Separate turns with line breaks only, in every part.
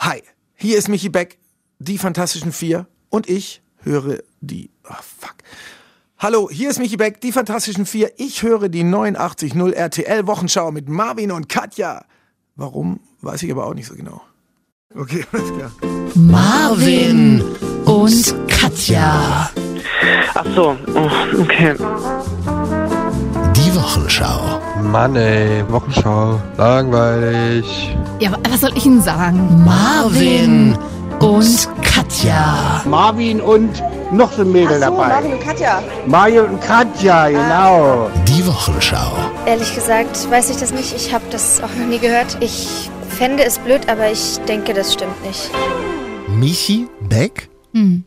Hi, hier ist Michi Beck, die Fantastischen Vier und ich höre die. Oh, fuck. Hallo, hier ist Michi Beck, die Fantastischen Vier. Ich höre die 89.0 RTL Wochenschau mit Marvin und Katja. Warum, weiß ich aber auch nicht so genau. Okay, alles klar.
Marvin und Katja.
Ach so, oh, okay.
Die Wochenschau.
Mann ey, Wochenschau. Langweilig.
Ja, wa- was soll ich Ihnen sagen?
Marvin und Katja.
Marvin und noch so ein Mädel
Ach so,
dabei.
Marvin und Katja.
Mario und Katja, genau.
Die Wochenschau.
Ehrlich gesagt weiß ich das nicht. Ich habe das auch noch nie gehört. Ich fände es blöd, aber ich denke, das stimmt nicht.
Michi Beck?
Hm,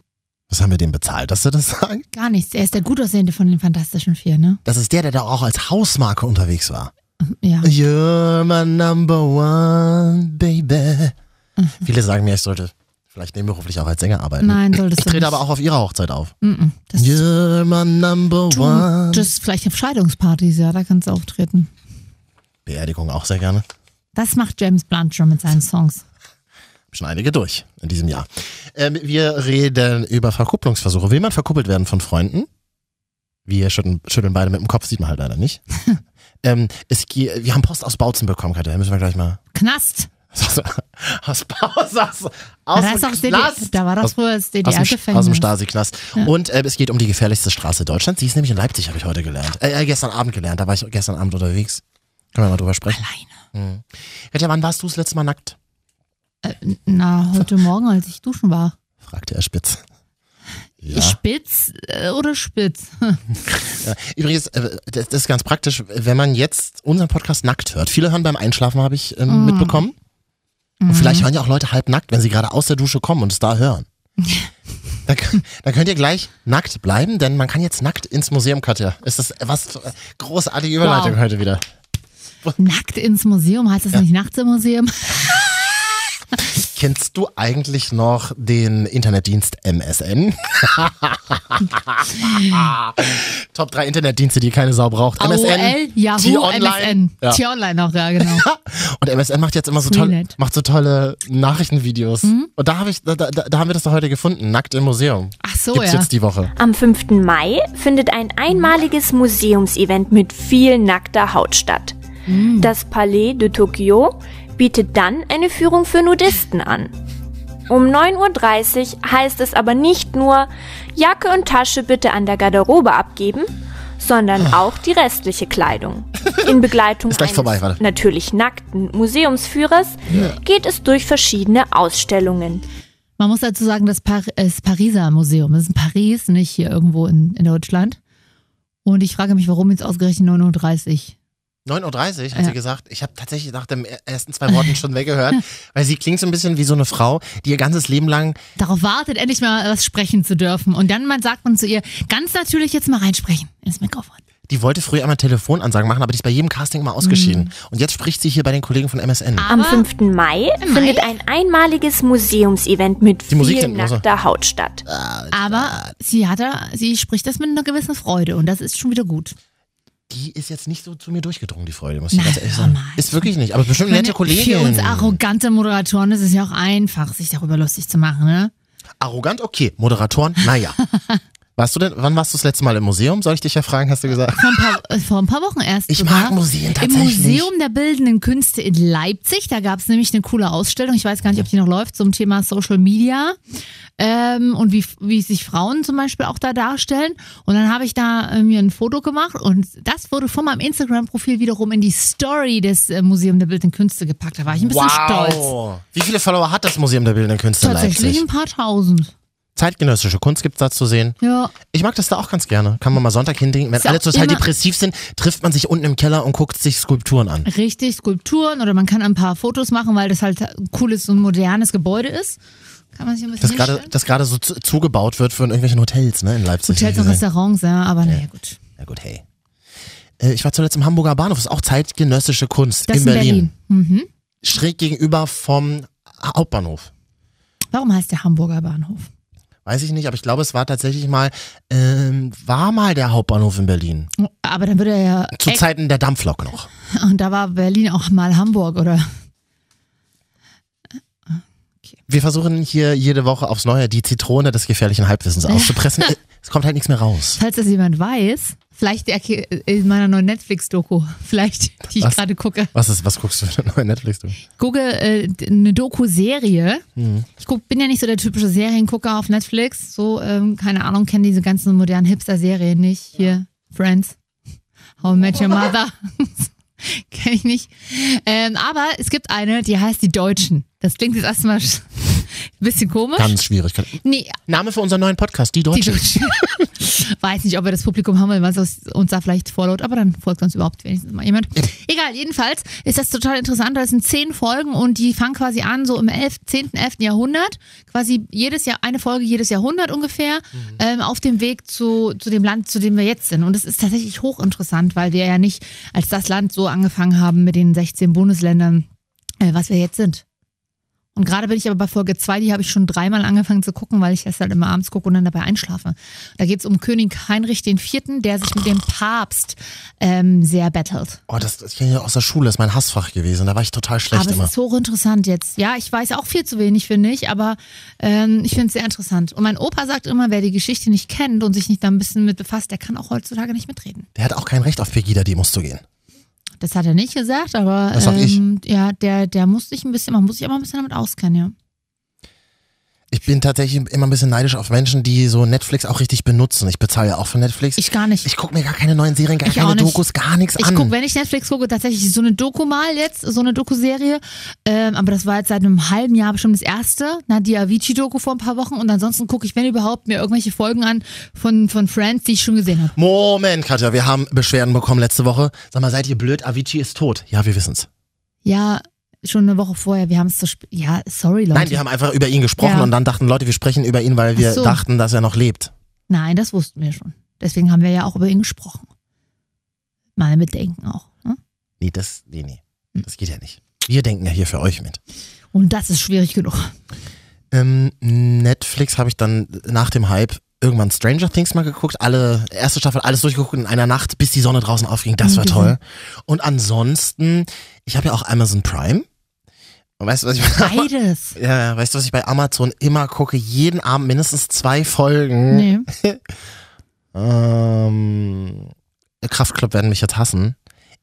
Was haben wir dem bezahlt, dass er das sagt?
gar nichts. Er ist der gut aussehende von den Fantastischen Vier, ne?
Das ist der, der da auch als Hausmarke unterwegs war.
Ja.
You're my number one, baby. Viele sagen mir, ich sollte vielleicht nebenberuflich auch als Sänger arbeiten.
Mhm. Nein, solltest
Ich
du nicht.
trete aber auch auf ihrer Hochzeit auf.
Mm-mm. Das,
You're my number
du, das ist vielleicht auf Scheidungspartys, ja, da kannst du auftreten.
Beerdigung auch sehr gerne.
Das macht James Blunt schon mit seinen Songs.
schon einige durch in diesem Jahr. Ähm, wir reden über Verkupplungsversuche. Will man verkuppelt werden von Freunden? Wir schütteln, schütteln beide mit dem Kopf, sieht man halt leider nicht. ähm, es, ge- wir haben Post aus Bautzen bekommen, Katja. Da müssen wir gleich mal.
Knast.
Aus Bautzen. Aus,
Da,
aus
das ist
dem
auch DDR,
Knast.
da war das
aus,
früher das
aus dem, Sch-
DDR-Gefängnis.
aus dem Stasi-Knast.
Ja.
Und äh, es geht um die gefährlichste Straße Deutschlands. Die ist nämlich in Leipzig, habe ich heute gelernt. Äh, äh, gestern Abend gelernt. Da war ich gestern Abend unterwegs. Können wir mal drüber sprechen. Hm.
Alleine.
Katja, wann warst du das letzte Mal nackt?
Na, heute Morgen, als ich duschen war.
fragte er spitz. Ja.
Spitz äh, oder spitz?
Ja. Übrigens, äh, das das ist ganz praktisch, wenn man jetzt unseren Podcast nackt hört. Viele hören beim Einschlafen, habe ich ähm,
Mhm.
mitbekommen. Und vielleicht hören ja auch Leute halb nackt, wenn sie gerade aus der Dusche kommen und es da hören. Dann, k- dann könnt ihr gleich nackt bleiben, denn man kann jetzt nackt ins Museum, Katja. Ist das was äh, großartige Überleitung
Wow.
heute wieder?
Nackt ins Museum, heißt das nicht nachts im Museum?
Kennst du eigentlich noch den Internetdienst MSN? Top 3 Internetdienste, die keine Sau braucht.
AOL, Yahoo,
T-Online.
MSN.
Ja.
T-Online noch, ja, genau.
Und MSN macht jetzt immer so, toll,
Freenet.
macht so tolle Nachrichtenvideos.
Mhm.
Und da, hab ich, da, da, da haben wir das doch heute gefunden. Nackt im Museum.
Ach so,
Gibt's
ja.
jetzt die Woche.
Am 5. Mai findet ein einmaliges Museumsevent mit viel nackter Haut statt.
Mm.
Das Palais de Tokio bietet dann eine Führung für Nudisten an. Um 9.30 Uhr heißt es aber nicht nur, Jacke und Tasche bitte an der Garderobe abgeben, sondern auch die restliche Kleidung. In Begleitung
Ah. Ist gleich
eines
vorbei, warte.
natürlich nackten Museumsführers geht es durch verschiedene Ausstellungen.
Man muss dazu sagen, das Par ist Pariser Museum. Das ist in Paris, nicht hier irgendwo in, in Deutschland. Und ich frage mich, warum jetzt ausgerechnet 9.30 Uhr?
9.30 Uhr hat
Ja.
sie gesagt. Ich habe tatsächlich nach den ersten zwei Worten schon weggehört, weil sie klingt so ein bisschen wie so eine Frau, die ihr ganzes Leben lang
Darauf wartet, endlich mal was sprechen zu dürfen. Und dann man sagt man zu ihr, ganz natürlich jetzt mal reinsprechen ins Mikrofon.
Die wollte früher einmal Telefonansagen machen, aber die ist bei jedem Casting immer
Mhm.
ausgeschieden. Und jetzt spricht sie hier bei den Kollegen von MSN.
Am
Aber-
5. Mai findet ein einmaliges Museumsevent mit
Die Musik also. klingt
viel
genauso.
nackter Haut statt.
Aber sie hat da, sie spricht das mit einer gewissen Freude und das ist schon wieder gut.
Die ist jetzt nicht so zu mir durchgedrungen, die Freude, muss ich
Na,
ganz ehrlich
hör
sagen.
mal.
Ist wirklich nicht, aber bestimmt eine nette
Für
Kollegin.
uns arrogante Moderatoren ist es ja auch einfach, sich darüber lustig zu machen, ne?
Arrogant, okay. Moderatoren, naja. warst du denn, wann warst du das letzte Mal im Museum? Soll ich dich ja fragen, hast du gesagt?
Vor ein paar, äh, vor ein paar Wochen erst.
Ich
sogar.
mag Museen
Im
tatsächlich.
Museum der Bildenden Künste in Leipzig, da gab es nämlich eine coole Ausstellung, ich weiß gar nicht, ob die noch läuft, zum Thema Social Media ähm, und wie, wie sich Frauen zum Beispiel auch da darstellen. Und dann habe ich da äh, mir ein Foto gemacht und das wurde von meinem Instagram-Profil wiederum in die Story des äh, Museum der Bildenden Künste gepackt. Da war ich ein bisschen stolz.
Wow. Wie viele Follower hat das Museum der Bildenden Künste in
Tatsächlich
Leipzig?
ein paar tausend.
Zeitgenössische Kunst gibt's da zu sehen.
Ja.
Ich mag das da auch ganz gerne. Kann man mal Sonntag hindringen. Wenn
Ist ja
alle
auch
total
immer-
depressiv sind, trifft man sich unten im Keller und guckt sich Skulpturen an.
Richtig, Skulpturen oder man kann ein paar Fotos machen, weil das halt ein cooles und modernes Gebäude ist. Kann man sich ein bisschen
Das gerade,
hinstellen.
das gerade so zu, zugebaut wird für in irgendwelchen Hotels, ne, in Leipzig.
Hotels
hab
und
ich gesehen.
Restaurants, ja, aber naja, gut.
Ja gut, hey. Äh, Ich war zuletzt im Hamburger Bahnhof, ist auch zeitgenössische Kunst
Das
in Berlin.
Mhm.
Schräg gegenüber vom Hauptbahnhof.
Warum heißt der Hamburger Bahnhof?
Weiß ich nicht, aber ich glaube, es war tatsächlich mal, ähm, war mal der Hauptbahnhof in Berlin.
Aber dann würde er ja.
Zu
Eck-
Zeiten der Dampflok noch.
Und da war Berlin auch mal Hamburg, oder?
wir versuchen hier jede Woche aufs Neue die Zitrone des gefährlichen Halbwissens auszupressen. es kommt halt nichts mehr raus.
Falls das jemand weiß, vielleicht der Ke- in meiner neuen Netflix-Doku, vielleicht, die ich
Was?
gerade gucke.
Was ist, was guckst du für eine neue netflix -Doku?
gucke äh, eine Doku-Serie. Ich guck, bin ja nicht so der typische Seriengucker auf Netflix. So, ähm, keine Ahnung, kenne diese ganzen modernen Hipster-Serien nicht. Hier, Friends, How I Met Your Mother. kenne ich nicht. Ähm, aber es gibt eine, die heißt Die Deutschen. Das klingt jetzt erstmal sch- ein bisschen komisch.
Ganz schwierig.
nee,
Name für unseren neuen Podcast, die
die
Deutsche.
Deutschen. Weiß nicht, ob wir das Publikum haben, was aus- uns da vielleicht vorlaut, aber dann folgt uns überhaupt wenigstens mal jemand. Egal, jedenfalls ist das total interessant. Das sind zehn Folgen und die fangen quasi an, so im 11., 10., 11. Jahrhundert. Quasi jedes Jahr, eine Folge jedes Jahrhundert ungefähr, ähm, auf dem Weg zu, zu dem Land, zu dem wir jetzt sind. Und es ist tatsächlich hochinteressant, weil wir ja nicht als das Land so angefangen haben mit den 16 Bundesländern, äh, was wir jetzt sind. Und gerade bin ich aber bei Folge 2, die habe ich schon dreimal angefangen zu gucken, weil ich das halt immer abends gucke und dann dabei einschlafe. Da geht es um König Heinrich IV., der sich mit dem Papst ähm, sehr battelt.
Oh, das, das kenne ich aus der Schule, das ist mein Hassfach gewesen. Da war ich total schlecht
aber
immer.
es ist hochinteressant jetzt. Ja, ich weiß auch viel zu wenig, finde ich, aber ähm, ich finde es sehr interessant. Und mein Opa sagt immer, wer die Geschichte nicht kennt und sich nicht da ein bisschen mit befasst, der kann auch heutzutage nicht mitreden.
Der hat auch kein Recht auf Pegida-Demos zu gehen.
Das hat er nicht gesagt, aber
Das sag ich.
ähm, ja, der, der muss sich ein bisschen, man muss sich aber ein bisschen damit auskennen, ja.
Ich bin tatsächlich immer ein bisschen neidisch auf Menschen, die so Netflix auch richtig benutzen. Ich bezahle ja auch für Netflix.
Ich gar nicht.
Ich gucke mir gar keine neuen Serien, gar
Ich auch
keine
nicht.
Dokus, gar nichts
Ich
an.
gucke, wenn ich Netflix gucke, tatsächlich so eine Doku mal jetzt, so eine Doku-Serie. Ähm, aber das war jetzt seit einem halben Jahr bestimmt das erste. Na, die Avicii-Doku vor ein paar Wochen. Und ansonsten gucke ich, wenn überhaupt, mir irgendwelche Folgen an von, von Friends, die ich schon gesehen habe.
Moment, Katja, wir haben Beschwerden bekommen letzte Woche. Sag mal, seid ihr blöd? Avicii ist tot. Ja, wir wissen's.
Ja, schon eine Woche vorher. Wir haben es zu spät. Ja, sorry, Leute.
Nein, wir haben einfach über ihn gesprochen
Ja.
und dann dachten Leute, wir sprechen über ihn, weil wir
Ach so.
dachten, dass er noch lebt.
Nein, das wussten wir schon. Deswegen haben wir ja auch über ihn gesprochen. Mal mitdenken auch. Ne?
Nee, das, nee, nee.
Hm.
Das geht ja nicht. Wir denken ja hier für euch mit.
Und das ist schwierig genug.
Ähm, Netflix habe ich dann nach dem Hype irgendwann Stranger Things mal geguckt. Alle, erste Staffel, alles durchgeguckt in einer Nacht, bis die Sonne draußen aufging. Das war
Mhm.
toll. Und ansonsten, ich habe ja auch Amazon Prime. Und weißt du, was ich
Beides.
Ja, ja, weißt du, was ich bei Amazon immer gucke? Jeden Abend mindestens zwei Folgen.
Nee.
Ähm, Kraftclub werden mich jetzt hassen.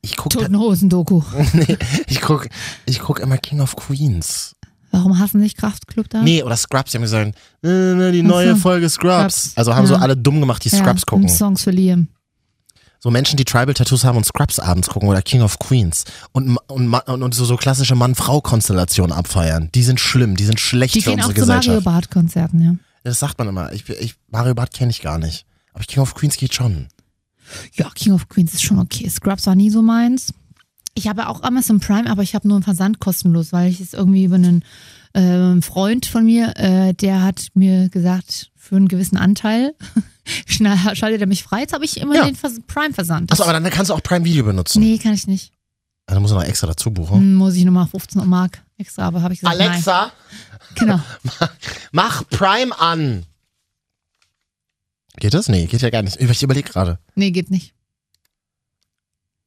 Ich gucke
Toten Hosen-Doku.
nee, ich guck, ich guck immer King of Queens.
Warum hassen sich Kraftclub da?
Nee, oder Scrubs. Die haben gesagt, äh, ne, die neue
Ah. Ach so.
Folge Scrubs.
Scrubs.
Also haben so
Ja.
alle dumm gemacht, die Scrubs
ja, um
gucken.
Songs für Liam.
So Menschen, die Tribal-Tattoos haben und Scrubs abends gucken oder King of Queens. Und, und, Ma- und, und so, so klassische Mann-Frau-Konstellationen abfeiern. Die sind schlimm, die sind schlecht
Die
für
gehen auch
unsere
zu
Gesellschaft.
Mario Bart Konzerten, ja.
Das sagt man immer. Ich, ich, Mario Bart kenne ich gar nicht. Aber King of Queens geht schon.
Ja, King of Queens ist schon okay. Scrubs war nie so meins. Ich habe auch Amazon Prime, aber ich habe nur einen Versand kostenlos, weil ich es irgendwie über einen ähm, Freund von mir, äh, der hat mir gesagt, für einen gewissen Anteil schna- schaltet er mich frei. Jetzt habe ich immer
Ja.
den Vers Prime-Versand.
Achso, aber dann kannst du auch Prime Video benutzen.
nee, kann ich nicht.
Ah, Dann musst du noch extra dazu buchen.
Hm, muss ich nochmal 15 Mark extra, aber habe ich gesagt,
Alexa,
nein. Genau.
mach Prime an. Geht das? Nee, geht ja gar nicht. Ich überlege gerade.
Nee, geht nicht.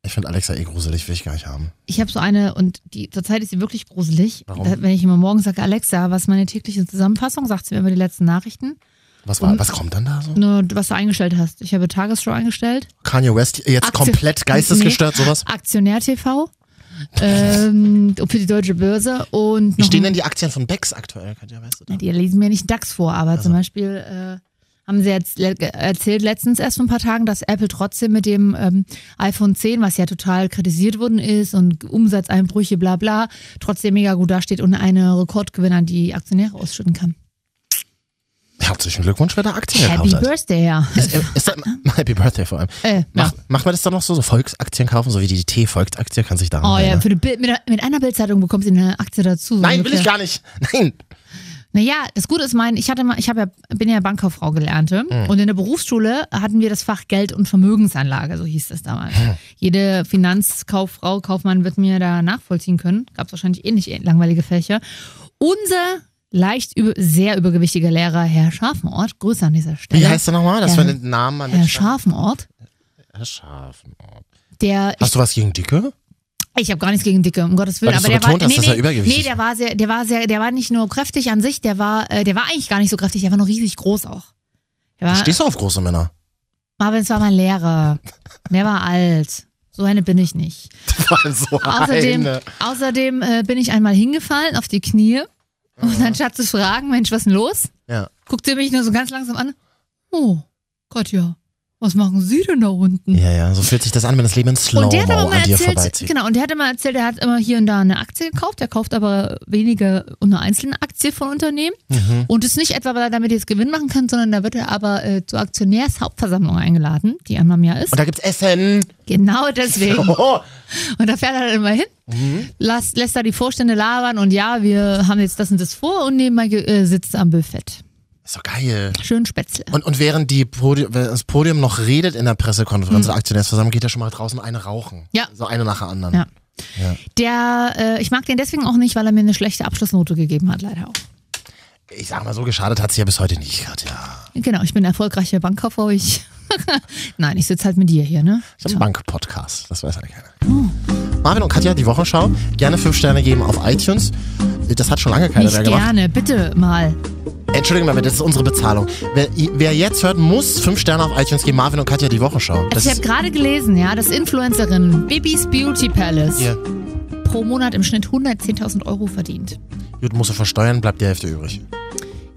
Ich finde Alexa eh gruselig, will ich gar nicht haben.
Ich habe so eine und die zurzeit ist sie wirklich gruselig.
Warum?
Da- Wenn ich immer morgens sage, Alexa, was ist meine tägliche Zusammenfassung, sagt sie mir immer die letzten Nachrichten.
Was, war,
Und-
was kommt dann da so?
Nur, was du eingestellt hast. Ich habe Tagesschau eingestellt,
Kanye West jetzt
Aktien-
komplett geistesgestört, sowas?
Aktionär TV ähm, für die deutsche Börse und
Wie
noch
stehen denn die Aktien von Bex aktuell? Katja, weißt du
Na,
da?
Die lesen mir nicht DAX vor, aber
Also.
zum Beispiel äh, haben sie jetzt le erzählt letztens erst vor ein paar Tagen, dass Apple trotzdem mit dem ähm, iPhone 10, was ja total kritisiert worden ist und Umsatzeinbrüche, bla bla, trotzdem mega gut dasteht und eine Rekordgewinner die Aktionäre ausschütten kann.
Herzlichen Glückwunsch, wer da Aktien
Happy
gekauft hat.
Birthday, ja.
Ist, ist das, Happy Birthday vor allem.
Äh, ja.
Macht, macht man das dann noch so, so Volksaktien kaufen, so wie die T-Volksaktie, kann sich daran
Oh ja,
erinnern.
für die Bild, mit, mit einer Bildzeitung bekommst du eine Aktie dazu.
Nein, will ich gar nicht. Nein.
Naja, das Gute ist mein, ich hatte mal, ich habe ja, bin ja Bankkauffrau gelernte
Mhm.
und in der Berufsschule hatten wir das Fach Geld und Vermögensanlage, so hieß das damals.
Mhm.
Jede Finanzkauffrau, Kaufmann wird mir da nachvollziehen können. Gab es wahrscheinlich ähnlich langweilige Fächer. Unser leicht über, sehr übergewichtiger Lehrer, Herr Scharfenort, Grüße an dieser Stelle.
Wie heißt er nochmal? Das
Ja.
war den Namen man
Herr
nicht-
Scharfenort,
Herr Scharfen.
der
Hast du was gegen Dicke?
Ich habe gar nichts gegen Dicke, um Gottes Willen.
Weil du's
aber
so
der war,
betont hast, dass er übergewichtig
nee, der war sehr, der war sehr, der war nicht nur kräftig an sich, der war, äh, der war eigentlich gar nicht so kräftig, der war nur riesig groß auch. Der
Du
war,
stehst auf große Männer.
Marvin, es war mein Lehrer. Der war alt. So eine bin ich nicht.
Vor allem so
Außerdem,
eine.
außerdem äh, bin ich einmal hingefallen auf die Knie und anstatt zu fragen, Mensch, was ist denn los?
Ja.
Guckte er mich nur so ganz langsam an. Oh, Katja, was machen Sie denn da unten?
Ja, ja, so fühlt sich das an, wenn das Leben in slow
Und der hat aber mal
an dir
erzählt,
vorbeizieht.
genau, und der hat immer erzählt, er hat immer hier und da eine Aktie gekauft, er kauft aber wenige und eine einzelne Aktie von Unternehmen
Mhm.
und ist nicht etwa, weil er damit jetzt Gewinn machen kann, sondern da wird er aber äh, zur Aktionärshauptversammlung eingeladen, die einmal im Jahr ist.
Und da gibt's Essen.
Genau deswegen.
Oh.
Und da fährt er dann immer hin,
Mhm.
lässt, lässt da die Vorstände labern und ja, wir haben jetzt das und das vor und nebenbei ge- äh, sitzt am Buffet.
Ist doch geil.
Schön Spätzle.
Und, und während die Podium, wenn das Podium noch redet in der Pressekonferenz der Aktionärsversammlung, geht ja schon mal draußen eine rauchen.
Mhm. Ja.
So eine nach der anderen.
Ja. Der, äh, ich mag den deswegen auch nicht, weil er mir eine schlechte Abschlussnote gegeben hat, leider auch.
Ich sag mal so, geschadet hat sie ja bis heute nicht, Katja.
Genau, ich bin erfolgreiche Bankkauffrau. Ich Nein, ich sitze halt mit dir hier, ne?
Das ist ein Bank-Podcast, das weiß ja keiner. Marvin und Katja, die Wochenschau. Gerne fünf Sterne geben auf iTunes. Das hat schon lange keiner
Nicht
mehr gemacht.
gerne, bitte mal. Also
Entschuldigung, aber das ist unsere Bezahlung. Wer, wer jetzt hört, muss fünf Sterne auf iTunes geben. Marvin und Katja, die Wochenschau. Das
Also ich habe
ist
gerade gelesen, ja, dass Influencerinnen Bibis Beauty Palace
Ja.
pro Monat im Schnitt 110.000 Euro verdient.
gut, musst du versteuern, bleibt die Hälfte übrig.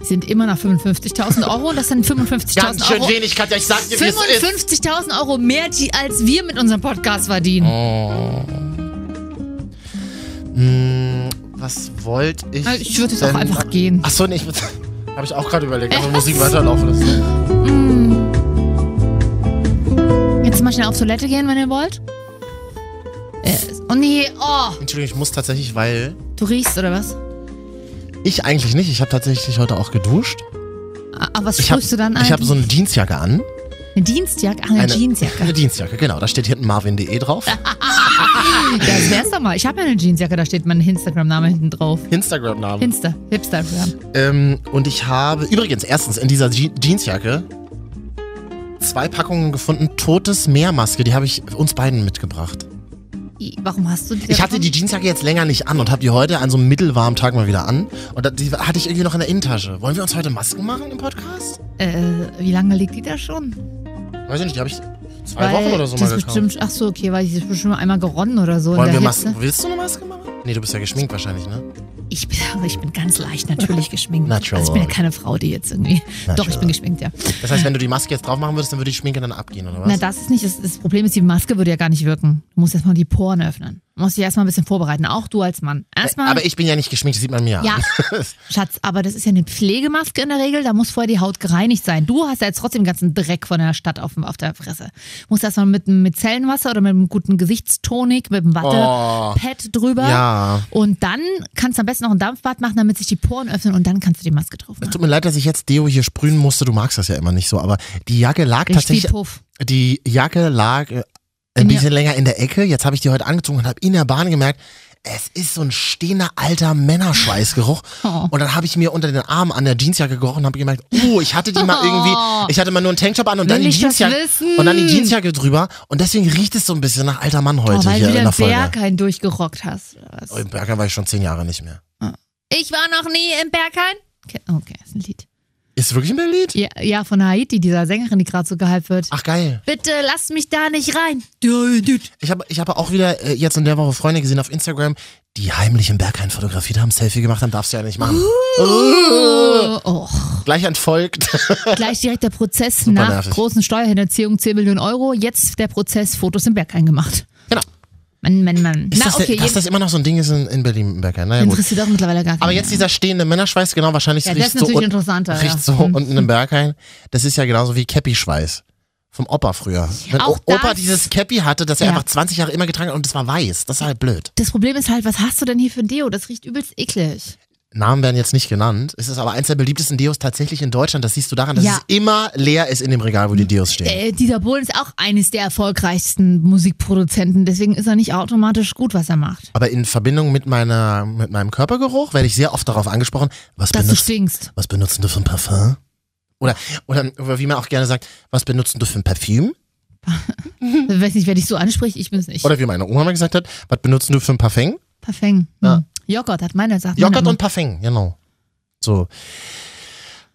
Die sind immer noch 55.000 Euro und das sind 55.000
Ganz schön
Euro.
wenig, Katja. Ich sag dir, wie es ist.
55.000 Euro mehr, die als wir mit unserem Podcast verdienen.
Oh. Hm, was wollt ich?
Also ich würde jetzt auch
denn-
einfach gehen.
Ach so, nee, ich würde. Habe ich auch gerade überlegt, ob
Echt?
Musik weiterlaufen ist.
Jetzt mal schnell auf Toilette gehen, wenn ihr wollt. Äh, oh nee, oh,
Entschuldigung, ich muss tatsächlich, weil
du riechst oder was?
ich eigentlich nicht. Ich habe tatsächlich heute auch geduscht.
Aber Ah, was
Ich habe
sprühst du dann ein?
hab so eine Jeansjacke an.
eine Dienstjacke? Ach, eine, Jeansjacke.
Eine Jeansjacke, genau. Da steht hinten marvin.de drauf.
Das wär's doch mal. Ich habe ja eine Jeansjacke, da steht mein Instagram-Name hinten drauf.
Instagram-Name.
Insta, Hipstagram.
Ähm, und ich habe übrigens erstens in dieser Je Jeansjacke zwei Packungen gefunden, totes Meermaske. Die habe ich uns beiden mitgebracht.
I- Warum hast du die?
Ich hatte die Jeansjacke jetzt länger nicht an und habe die heute an so einem mittelwarmen Tag mal wieder an. Und da- die hatte ich irgendwie noch in der Innentasche. Wollen wir uns heute Masken machen im Podcast?
Äh, wie lange liegt die da schon?
Weiß ich nicht, die habe ich zwei
Weil
Wochen oder so
die
mal
ist
gekauft.
bestimmt, Ach so, okay, weil die ist bestimmt einmal geronnen oder so.
Wollen
in
wir
der
Masken?
Hitze.
Willst du eine Maske machen? Nee, du bist ja geschminkt wahrscheinlich, ne?
Ich bin, aber ich bin ganz leicht natürlich geschminkt.
Natural.
Also ich bin ja keine Frau, die jetzt irgendwie.
Natural.
Doch, ich bin geschminkt, ja.
Das heißt, wenn du die Maske jetzt drauf machen würdest, dann würde die Schminke dann abgehen, oder was?
Na, das ist nicht. Das, das Problem ist, die Maske würde ja gar nicht wirken. Du musst erstmal die Poren öffnen. Du musst dich erstmal ein bisschen vorbereiten. Auch du als Mann. Erstmal.
Äh, Aber ich bin ja nicht geschminkt, das sieht man mir
Ah. ja,
an.
Schatz, aber das ist ja eine Pflegemaske in der Regel. Da muss vorher die Haut gereinigt sein. Du hast ja jetzt trotzdem den ganzen Dreck von der Stadt auf, dem- auf der Fresse. Musst erstmal mit, einem- mit Zellenwasser oder mit einem guten Gesichtstonik, mit einem Wattepad drüber.
Oh. Ja.
Und dann kannst du am besten noch ein Dampfbad machen, damit sich die Poren öffnen und dann kannst du die Maske drauf
Es
machen.
tut mir leid, dass ich jetzt Deo hier sprühen musste. Du magst das ja immer nicht so, aber die Jacke lag
Riecht wie
tatsächlich.
Puff.
Die Jacke lag äh, ein
In der-
bisschen länger in der Ecke. Jetzt habe ich die heute angezogen und habe in der Bahn gemerkt, es ist so ein stehender alter Männerschweißgeruch.
Oh.
Und dann habe ich mir unter den Armen an der Jeansjacke gerochen und habe gemerkt, oh, ich hatte die mal irgendwie, ich hatte mal nur einen Tanktop an und dann
Oh. Will
die
ich das
Jeansjacke
wissen?
und dann die Jeansjacke drüber. Und deswegen riecht es so ein bisschen nach alter Mann
Oh,
heute
weil
hier
du
in
den
der Folge.
Berghain durchgerockt hast. oder was?
Oh, Im Berger war ich schon zehn Jahre nicht mehr.
Ich war noch nie im Berghain. Okay, okay ist ein Lied.
Ist wirklich ein Berlin?
Ja, ja, von Haiti, dieser Sängerin, die gerade so gehypt wird.
Ach geil.
Bitte lasst mich da nicht rein. Dude.
Ich habe ich habe auch wieder äh, jetzt in der Woche Freunde gesehen auf Instagram, die heimlich im Berghain fotografiert haben, Selfie gemacht haben, darfst du ja nicht machen. Uh.
Oh, oh.
Gleich entfolgt.
Gleich direkt der Prozess
Super
nach
nervig.
großen Steuerhinterziehung 10 Millionen Euro. Jetzt der Prozess Fotos im Berghain gemacht.
Genau.
Mann, Mann, Mann.
Ist
Na,
das,
okay,
dass
jeden-
das immer noch so ein Ding ist in, in Berlin im Berghain? Naja, gut.
interessiert auch mittlerweile gar keinen.
Aber jetzt
mehr.
dieser stehende Männerschweiß, genau, wahrscheinlich
Ja, das
riecht
ist
so,
natürlich
un
interessanter.
riecht
ja.
so
Hm.
unten im Berghain. Das ist ja genauso wie Käppi-Schweiß. Vom Opa früher. Wenn
auch
O- Opa
das-
dieses Käppi hatte, das er
Ja.
einfach 20 Jahre immer getragen hat und es war weiß. Das ist halt blöd.
Das Problem ist halt, was hast du denn hier für ein Deo? Das riecht übelst eklig.
Namen werden jetzt nicht genannt. Es ist aber eins der beliebtesten Deos tatsächlich in Deutschland. Das siehst du daran, dass
Ja.
es immer leer ist in dem Regal, wo die Deos stehen.
Äh, dieser Bohlen ist auch eines der erfolgreichsten Musikproduzenten. Deswegen ist er nicht automatisch gut, was er macht.
Aber in Verbindung mit, meiner, mit meinem Körpergeruch werde ich sehr oft darauf angesprochen, was,
Dass du
benutzt,
stinkst.
was benutzen du für ein Parfum? Oder, oder, oder wie man auch gerne sagt, was benutzen du für ein Parfüm?
Ich weiß nicht, wer dich so anspricht, ich bin es nicht.
Oder wie meine Oma mal gesagt hat, was benutzen du für ein Parfum?
Parfum.
Ja.
Hm. Joghurt hat meine Sache.
Joghurt und Parfum, genau. So.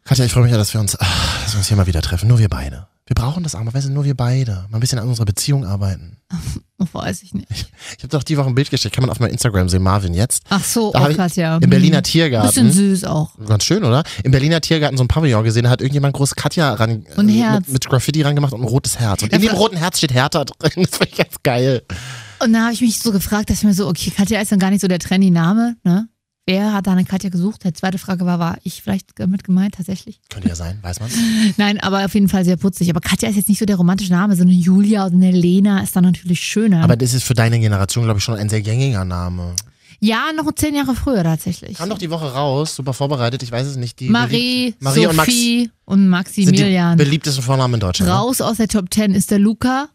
Katja, ich freue mich ja, dass wir uns, ach, dass wir uns hier mal wieder treffen. Nur wir beide. Wir brauchen das arme Wesen, nur wir beide. Mal ein bisschen an unserer Beziehung arbeiten.
Oh, weiß ich nicht.
Ich habe doch die Woche ein Bild geschickt, kann man auf meinem Instagram sehen, Marvin jetzt.
Ach so,
Da hab
oh
ich
Gott, ja.
Im Berliner
Bisschen
Tiergarten.
süß auch.
Ganz schön, oder? Im Berliner Tiergarten so ein Pavillon gesehen, da hat irgendjemand groß Katja ran,
Und
äh,
Herz.
Mit, mit Graffiti rangemacht und ein rotes Herz. Und in
Ja,
dem
fra-
roten Herz steht Hertha drin. Das finde ich ganz geil.
Und da habe ich mich so gefragt, dass ich mir so, okay, Katja ist dann gar nicht so der Trendy-Name, ne? Wer hat da eine Katja gesucht? Die zweite Frage war, war ich vielleicht damit gemeint, tatsächlich?
Könnte ja sein, weiß man.
Nein, aber auf jeden Fall sehr putzig. Aber Katja ist jetzt nicht so der romantische Name, so eine Julia und eine Lena ist dann natürlich schöner.
Aber das ist für deine Generation, glaube ich, schon ein sehr gängiger Name.
ja, noch zehn Jahre früher tatsächlich.
Kam doch die Woche raus, super vorbereitet, ich weiß es nicht. Die
Marie,
beliebt- Marie und Max
Sophie und,
sind die
Maximilian.
beliebtesten Vornamen in Deutschland. ne?
Raus aus der Top Ten ist der Luca,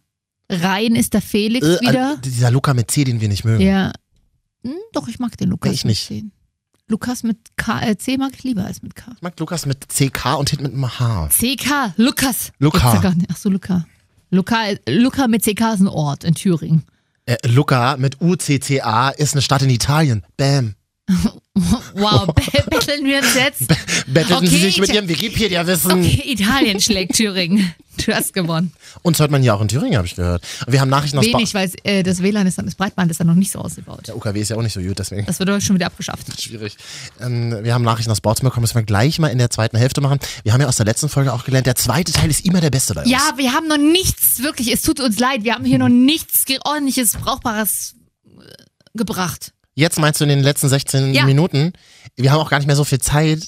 rein ist der Felix
Äh,
wieder.
äh, dieser Luca mit C, den wir nicht mögen.
Ja. Hm, doch, ich mag den Lukas.
ich
mit
nicht.
C. Lukas mit K, äh, C mag ich lieber als mit K.
Ich mag Lukas mit CK und hinten mit einem H.
CK, Lukas.
Luca.
Gibt's da gar nicht. Ach so, Luca. Luca, Luca mit CK ist ein Ort in Thüringen.
Äh, Luca mit UCCA ist eine Stadt in Italien. Bam.
Wow, be- betteln wir uns jetzt?
Bettelten
Okay,
Sie sich mit
ich-
Ihrem Wikipedia-Wissen.
Okay, Italien schlägt Thüringen. Du hast gewonnen.
Uns hört man ja auch in Thüringen, habe ich gehört. Wir haben Nachrichten aus
Wenig, weil es, äh, das WLAN ist dann, das Breitband ist dann noch nicht so
Der
ausgebaut.
UKW ist ja auch nicht so gut, deswegen.
Das wird heute schon wieder abgeschafft.
Schwierig. Ähm, wir haben Nachrichten aus Bautzen bekommen, müssen wir gleich mal in der zweiten Hälfte machen. Wir haben ja aus der letzten Folge auch gelernt, der zweite Teil ist immer der beste bei uns.
Ja, wir haben noch nichts, wirklich, es tut uns leid, wir haben hier noch
Hm.
nichts ge- ordentliches, brauchbares äh, gebracht.
Jetzt meinst du in den letzten 16
Ja.
Minuten, wir haben auch gar nicht mehr so viel Zeit,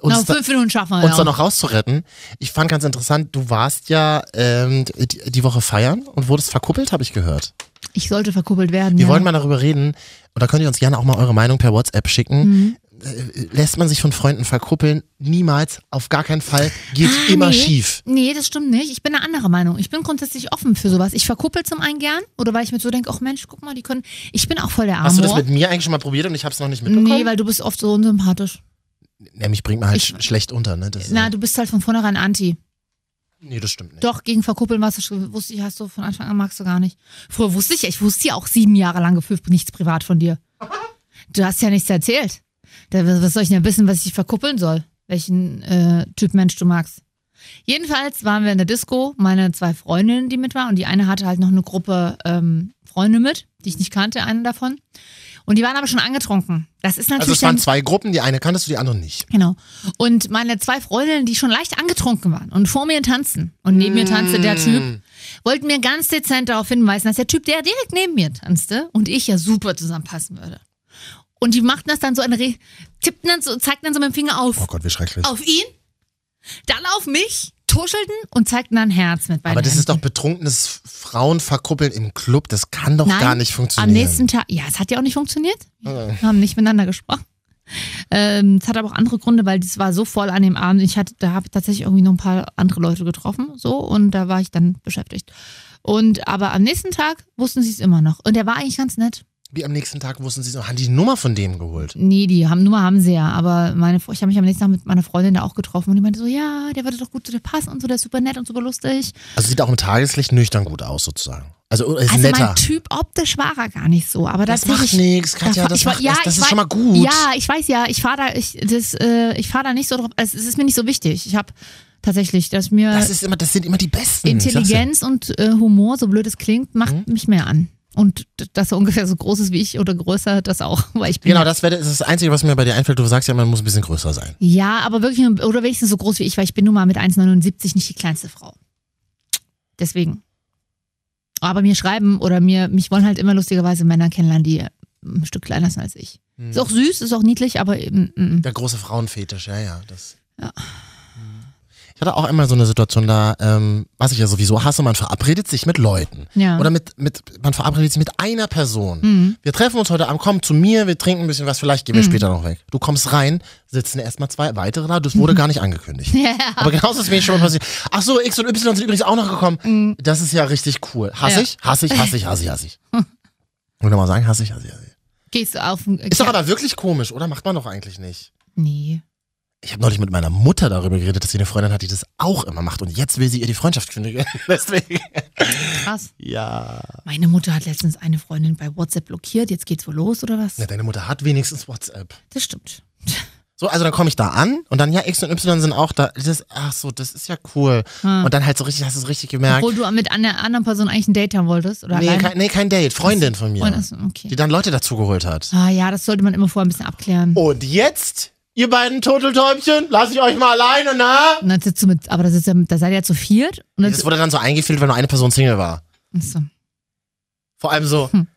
uns,
Noch
da,
fünf Minuten schaffen wir
uns da
ja.
noch rauszuretten. Ich fand ganz interessant, du warst ja ähm, die, die Woche feiern und wurdest verkuppelt, habe ich gehört.
Ich sollte verkuppelt werden.
Wir
ja.
wollen mal darüber reden und da könnt ihr uns gerne auch mal eure Meinung per WhatsApp schicken.
Mhm.
Äh, Lässt man sich von Freunden verkuppeln? Niemals, auf gar keinen Fall, geht
Ah,
immer
nee.
schief.
Nee, das stimmt nicht. Ich bin eine andere Meinung. Ich bin grundsätzlich offen für sowas. Ich verkuppel zum einen gern oder weil ich mir so denke, ach Mensch, guck mal, die können. Ich bin auch voll der Amor.
Hast du das mit mir eigentlich schon mal probiert und ich habe es noch nicht mitbekommen?
Nee, weil du bist oft so unsympathisch.
Nämlich bringt man halt
Ich-
sch- schlecht unter, ne? Das,
Na,
äh,
du bist halt von vornherein Anti.
nee, das stimmt nicht.
Doch, gegen Verkuppeln warst du, schon- wusste ich, hast du von Anfang an magst du gar nicht. Früher wusste ich, ja, ich wusste ja auch sieben Jahre lang gefühlt nichts privat von dir. Du hast ja nichts erzählt. Da, was soll ich denn wissen, was ich verkuppeln soll? Welchen äh, Typ Mensch du magst. Jedenfalls waren wir in der Disco, meine zwei Freundinnen, die mit waren, und die eine hatte halt noch eine Gruppe ähm, Freunde mit, die ich nicht kannte, eine davon. Und die waren aber schon angetrunken. Das ist natürlich
Also es
dann-
waren zwei Gruppen, die eine kanntest du, die andere nicht.
Genau. Und meine zwei Freundinnen, die schon leicht angetrunken waren und vor mir tanzten und neben mir tanzte
Mm.
der Typ, wollten mir ganz dezent darauf hinweisen, dass der Typ, der direkt neben mir tanzte und ich ja super zusammenpassen würde. Und die machten das dann so eine, Re tippten dann so, zeigten dann so mit dem Finger auf,
Oh Gott, wie schrecklich.
auf ihn, dann auf mich, tuschelten und zeigten dann ein Herz mit beiden
Aber das
Händen.
ist doch betrunkenes Frauenverkuppeln im Club, das kann doch
Nein,
gar nicht
Am
funktionieren. Ah.
nächsten Tag, ja, es hat ja auch nicht funktioniert. Wir haben nicht miteinander gesprochen. Ähm, Es hat aber auch andere Gründe, weil das war so voll an dem Abend. Ich hatte, da habe ich tatsächlich irgendwie noch ein paar andere Leute getroffen, so und da war ich dann beschäftigt. Und aber am nächsten Tag wussten sie es immer noch. Und der war eigentlich ganz nett.
Wie am nächsten Tag wussten sie so, haben die die Nummer von dem geholt.
Nee, die haben, Nummer haben sie ja, aber meine, Fre- ich habe mich am nächsten Tag mit meiner Freundin da auch getroffen und die meinte so, ja, der würde doch gut zu dir passen und so, der ist super nett und super lustig.
Also sieht auch im Tageslicht nüchtern gut aus sozusagen. Also oder ist
also
netter.
mein Typ optisch war er gar nicht so, aber
Das macht
tatsächlich-
nichts, Katja,
war-
das,
Äh, ich war-
macht,
ja,
das, das
ich
ist
war-
schon mal gut.
Ja, ich weiß ja, ich fahre da, ich, das, äh, ich fahr da nicht so drauf. Es, es ist mir nicht so wichtig. Ich habe tatsächlich, dass mir
Das ist immer, das sind immer die Besten. ich sag's
äh,
dir.
Intelligenz und äh, Humor, so blöd es klingt, macht
Mhm.
mich mehr an. Und d- dass er ungefähr so groß ist wie ich oder größer, das auch, weil ich bin.
Genau, das wäre das, ist das Einzige, was mir bei dir einfällt. Du sagst ja, man muss ein bisschen größer sein.
Ja, aber wirklich, oder wenigstens so groß wie ich, weil ich bin nun mal mit 1,79 nicht die kleinste Frau. Deswegen. Aber mir schreiben oder mir, mich wollen halt immer lustigerweise Männer kennenlernen, die ein Stück kleiner sind als ich.
Mhm.
Ist auch süß, ist auch niedlich, aber eben. mm, mm.
Der große Frauenfetisch, ja, ja. Das.
Ja.
Ich hatte auch einmal so eine Situation da, ähm, was ich ja sowieso hasse, man verabredet sich mit Leuten.
Ja.
Oder mit, mit, man verabredet sich mit einer Person.
Mhm.
Wir treffen uns heute Abend, komm zu mir, wir trinken ein bisschen was, vielleicht gehen wir später noch weg. Du kommst rein, sitzen erstmal zwei weitere da, das
Mhm.
wurde gar nicht angekündigt.
Ja.
Aber genauso ist mir schon mal passiert. Ach so, X und Y sind übrigens auch noch gekommen. Das ist ja richtig cool. Hass
Ja.
ich, hasse ich, hasse ich, hasse ich, hasse ich. Nur noch mal sagen, hasse ich, hasse ich, hasse ich.
Gehst du auf den.
Ist doch aber wirklich komisch, oder? Macht man doch eigentlich nicht.
Nee.
Ich habe neulich mit meiner Mutter darüber geredet, dass sie eine Freundin hat, die das auch immer macht. Und jetzt will sie ihr die Freundschaft kündigen. Deswegen.
Krass.
Ja.
Meine Mutter hat letztens eine Freundin bei WhatsApp blockiert. Jetzt geht's wohl los, oder was?
Na, deine Mutter hat wenigstens WhatsApp.
Das stimmt.
So, also dann komme ich da an und dann, ja, X und Y sind auch da. Das, ach so, das ist ja cool.
Hm.
Und dann halt so richtig, hast du es richtig gemerkt.
Obwohl du mit einer anderen Person eigentlich ein Date haben wolltest? Oder
Nee
alleine?
kein, nee, kein Date, Freundin von mir.
Und das- okay.
Die dann Leute dazugeholt hat.
Ah ja, das sollte man immer vorher ein bisschen abklären.
Und jetzt, ihr beiden Turteltäubchen, lasse ich euch mal alleine, na?
Und dann sitzt du mit, aber da, sitzt ja, da seid ihr ja zu viert. Und dann
Das wurde dann so eingefühlt, wenn nur eine Person Single war.
Achso.
Vor allem so,
Hm.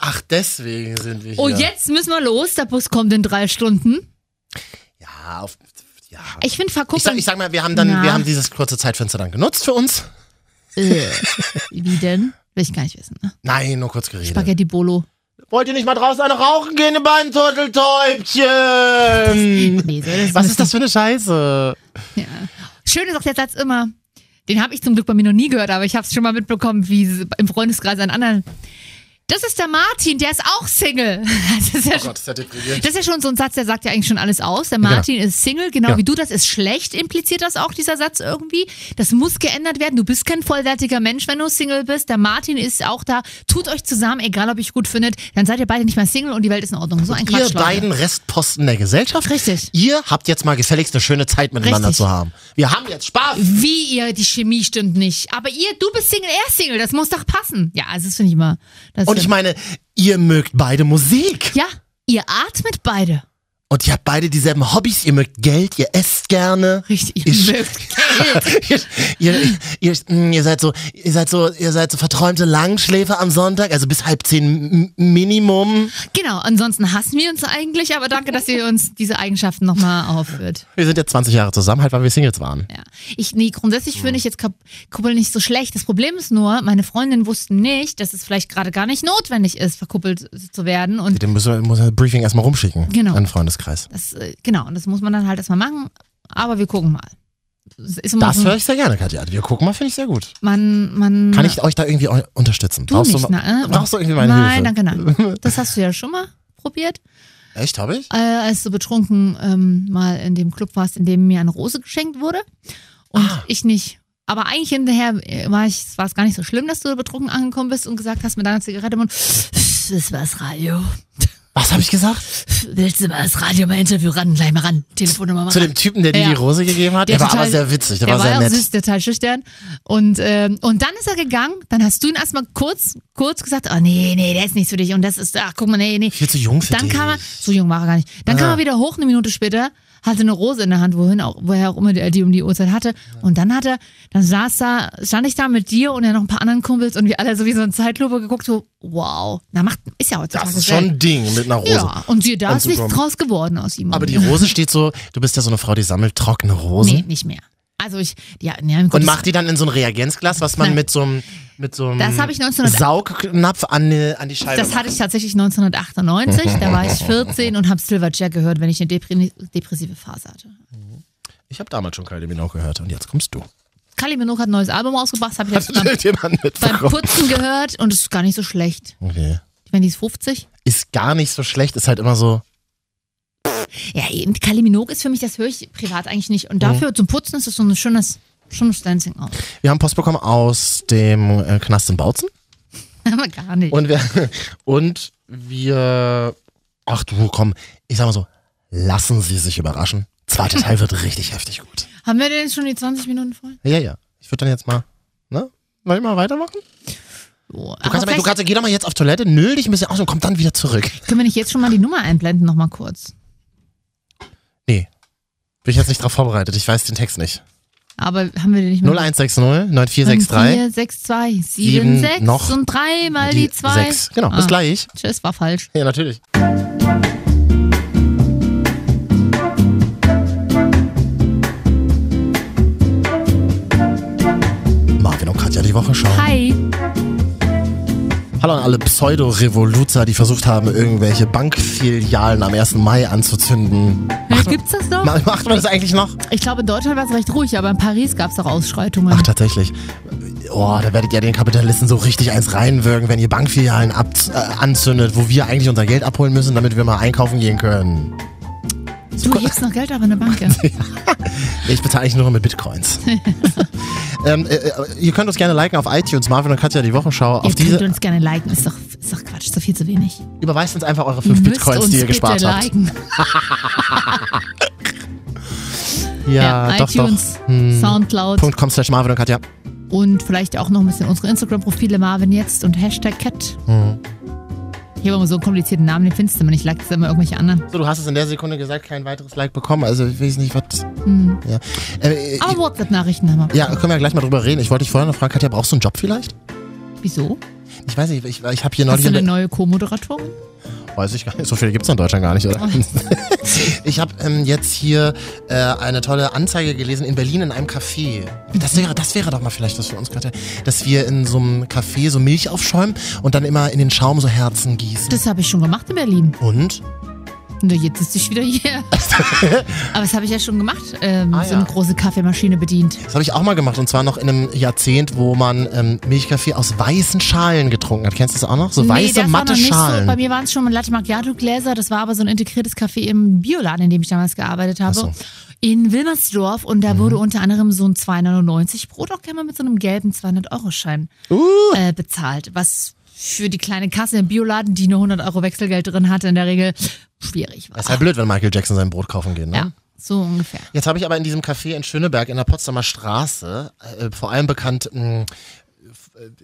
ach, deswegen sind wir hier.
Oh, jetzt müssen wir los. Der Bus kommt in drei Stunden.
Ja, auf, ja.
Ich finde
Ich sag,
verkuppeln.
ich sag mal, wir haben dann,
Na.
wir haben dieses kurze Zeitfenster dann genutzt für uns.
äh, wie denn? Will ich gar nicht wissen. Ne?
Nein, nur kurz geredet.
Spaghetti Bolo.
Wollt ihr nicht mal draußen eine rauchen gehen, ihr beiden Turteltäubchen?
Nee, so, das
Mhm. Was ist das für eine Scheiße?
Ja. Schön ist auch der Satz immer. Den habe ich zum Glück bei mir noch nie gehört, aber ich habe es schon mal mitbekommen, wie sie im Freundeskreis an anderen. Das ist der Martin, der ist auch Single. Das ist ja, schon,
ist ja deprimierend.
das ist ja schon so ein Satz, der sagt ja eigentlich schon alles aus. Der
Ja.
Martin ist Single, genau
Ja.
wie du. Das ist schlecht, impliziert das auch, dieser Satz irgendwie. Das muss geändert werden. Du bist kein vollwertiger Mensch, wenn du Single bist. Der Martin ist auch da. Tut euch zusammen, egal ob ihr euch gut findet. Dann seid ihr beide nicht mehr Single und die Welt ist in Ordnung. So ein
Ihr
Quatsch. Leute.
beiden Restposten der Gesellschaft.
Richtig.
Ihr habt jetzt mal gefälligst eine schöne Zeit miteinander
Richtig.
zu haben. Wir haben jetzt Spaß.
wie ihr, die Chemie stimmt nicht. Aber ihr, du bist Single, er ist Single, das muss doch passen. Ja, also das finde ich mal. Das
Und ich meine, ihr mögt beide Musik.
Ja, ihr atmet beide.
Und ihr habt beide dieselben Hobbys. Ihr mögt Geld, ihr esst gerne.
Richtig, ihr
Ich-
mögt Geld.
ihr, ihr, ihr, ihr seid so, ihr seid so, ihr seid so verträumte Langschläfer am Sonntag, also bis halb zehn M- Minimum.
Genau, ansonsten hassen wir uns eigentlich, aber danke, dass ihr uns diese Eigenschaften nochmal aufführt.
Wir sind jetzt 20 Jahre zusammen, halt weil wir Singles waren.
Ja. Ich, nee, grundsätzlich finde ich jetzt Kap- Kuppeln nicht so schlecht. Das Problem ist nur, meine Freundinnen wussten nicht, dass es vielleicht gerade gar nicht notwendig ist, verkuppelt zu werden. Und
Den müssen wir, muss das Briefing erstmal rumschicken
Genau.
an den Freundeskreis.
das, äh, genau, und das muss man dann halt erstmal machen. Aber wir gucken mal. Das, ist immer
Das
so,
höre ich sehr gerne, Katja. Wir gucken mal, finde ich sehr gut.
man, man,
Kann ich euch da irgendwie eu- unterstützen?
Du
brauchst,
nicht,
du,
ne?
brauchst du irgendwie meine
Nein,
Hilfe?
danke, nein. Das hast du ja schon mal probiert,
Echt, habe ich?
äh, als du betrunken ähm, mal in dem Club warst, in dem mir eine Rose geschenkt wurde und
Ah.
ich nicht. Aber eigentlich hinterher äh, war ich, war es gar nicht so schlimm, dass du betrunken angekommen bist und gesagt hast mit deiner Zigarette im Mund, das war's Radio.
Was habe ich gesagt?
Willst du mal das Radio mal Interview ran, gleich mal ran, Telefonnummer mal
Zu
ran.
dem Typen, der dir
Ah. Ja.
die Rose gegeben hat?
Der
Der, war
total-
aber sehr witzig, der,
der
war sehr
ja
nett.
süß, der total schüchtern. Und, ähm, und dann ist er gegangen, dann hast du ihn erstmal kurz, kurz gesagt, oh nee, nee, der ist nicht für dich und das ist, ach guck mal, nee, nee.
Viel zu jung für
Dann
dich.
kam er, so jung war er gar nicht. Dann
Ah.
kam er wieder hoch, eine Minute später, hatte eine Rose in der Hand, wohin auch, woher auch immer der die um die Uhrzeit hatte. Und dann hat er, dann saß da, stand ich da mit dir und ja noch ein paar anderen Kumpels und wir alle so wie so in Zeitlupe geguckt, so, wow. Na, macht, ist ja heutzutage
das ist
selten.
schon ein Ding mit einer Rose.
Ja, und siehe da ist nichts
Anzukommen.
draus geworden aus ihm.
Aber die Rose steht so, du bist ja so eine Frau, die sammelt trockene Rosen.
Nee, nicht mehr. Also ich, ja, ne, im
Und
Gottes-
macht die dann in so ein Reagenzglas, was man
Nein.
mit so einem, mit so einem
Das habe ich 1900
Saugnapf an, die- an die Scheibe
Das
macht.
hatte ich tatsächlich 1998, da war ich 14 und habe Silverchair gehört, wenn ich eine depri- depressive Phase hatte.
Ich habe damals schon Kylie Minogue gehört und jetzt kommst du.
Kylie Minogue hat ein neues Album rausgebracht, habe ich
Hat
jetzt beim,
irgendjemand
beim
mitbekommen?
Putzen gehört und es ist gar nicht so schlecht.
Okay.
Ich meine, die ist 50.
Ist gar nicht so schlecht, ist halt immer so,
Ja, eben, Kylie Minogue ist für mich, das höre ich privat eigentlich nicht. Und dafür zum Putzen ist es so ein schönes, schönes Dancing aus.
wir haben Post bekommen aus dem äh, Knast in Bautzen
Aber gar nicht.
und wir, und wir, ach du, komm, ich sag mal so, lassen Sie sich überraschen. Zweiter Teil wird richtig heftig gut.
Haben wir denn jetzt schon die 20 Minuten voll?
Ja, ja, ich würde dann jetzt mal, ne? Wollen wir mal weitermachen?
Oh,
Du
aber
kannst, aber, du
vielleicht
kannst, geh doch mal jetzt auf Toilette, nöll dich ein bisschen aus und komm dann wieder zurück.
können wir nicht jetzt schon mal die Nummer einblenden, nochmal kurz.
Bin ich jetzt nicht drauf vorbereitet, ich weiß den Text nicht.
Aber haben wir den nicht mehr?
0160 9463
4, 6, 2, 7, 6
noch
und 3 mal die 2.
sechs. Genau,
Ah.
bis gleich.
Tschüss, war falsch.
Ja, natürlich. Marvin und Katja, die Woche schauen.
Hi.
Hallo an alle Pseudo-Revoluzer, die versucht haben, irgendwelche Bankfilialen am 1. Mai anzuzünden.
Äh, Gibt's das noch?
Ma- Macht man das eigentlich noch?
Ich glaube, in Deutschland war es recht ruhig, aber in Paris gab's doch Ausschreitungen.
Ach, tatsächlich. Oh, da werdet ihr den Kapitalisten so richtig eins reinwürgen, wenn ihr Bankfilialen ab äh, anzündet, wo wir eigentlich unser Geld abholen müssen, damit wir mal einkaufen gehen können.
Du hebst noch Geld ab in der Bank. ja.
Ich bezahle eigentlich nur noch mit Bitcoins. ähm, äh, äh, ihr könnt uns gerne liken auf iTunes, Marvin und Katja, die Wochenschau. Auf
Ihr könnt
diese
uns gerne liken. Ist doch, ist doch Quatsch, ist doch viel zu wenig.
überweist uns einfach eure fünf
Müsst
Bitcoins,
uns
die ihr
bitte
gespart habt.
liken. Ja,
doch,
iTunes,
doch. Hm.
Soundcloud
.com slash Marvin und Katja.
und vielleicht auch noch ein bisschen unsere Instagram-Profile Marvin jetzt und Hashtag Cat.
Hm.
Ich habe immer so einen komplizierten Namen, den findest du immer nicht. Likest du immer irgendwelche anderen.
So, du hast es in der Sekunde gesagt, kein weiteres Like bekommen. Also ich weiß nicht, was.
Hm.
Ja. Äh, äh,
Aber WhatsApp-Nachrichten haben wir.
ja, können wir gleich mal drüber reden. Ich wollte dich vorher noch fragen, Katja, brauchst du einen Job vielleicht?
Wieso?
Ich weiß nicht, ich, ich habe hier
Hast
neulich...
du
in
eine
der-
neue Co-Moderatorin?
Weiß ich gar nicht. So viele gibt es in Deutschland gar nicht, oder? ich habe ähm, jetzt hier äh, eine tolle Anzeige gelesen in Berlin in einem Café. Das wäre, das wäre doch mal vielleicht was für uns, Katja. Dass wir in so einem Café so Milch aufschäumen und dann immer in den Schaum so Herzen gießen.
Das habe ich schon gemacht in Berlin.
und?
Und jetzt ist ich wieder hier. Aber das habe ich ja schon gemacht. Ähm,
Ah,
so
ja.
eine große Kaffeemaschine bedient.
Das habe ich auch mal gemacht und zwar noch in einem Jahrzehnt, wo man ähm, Milchkaffee aus weißen Schalen getrunken hat. Kennst du das auch noch? So weiße,
das
matte
war noch nicht
Schalen.
So. Bei mir waren es schon Latte Macchiato-Gläser. Das war aber so ein integriertes Café im Bioladen, in dem ich damals gearbeitet habe.
Ach so. Mhm.
In Wilmersdorf. Und da wurde unter anderem so ein 2,99 Brot auch gerne mal mit so einem gelben 200-Euro-Schein
Uh.
äh, bezahlt. Was für die kleine Kasse im Bioladen, die nur 100 Euro Wechselgeld drin hatte, in der Regel schwierig war.
das ist ja blöd, wenn Michael Jackson sein Brot kaufen geht, ne?
Ja, so ungefähr.
Jetzt habe ich aber in diesem Café in Schöneberg in der Potsdamer Straße, äh, vor allem bekannt, mm, mh,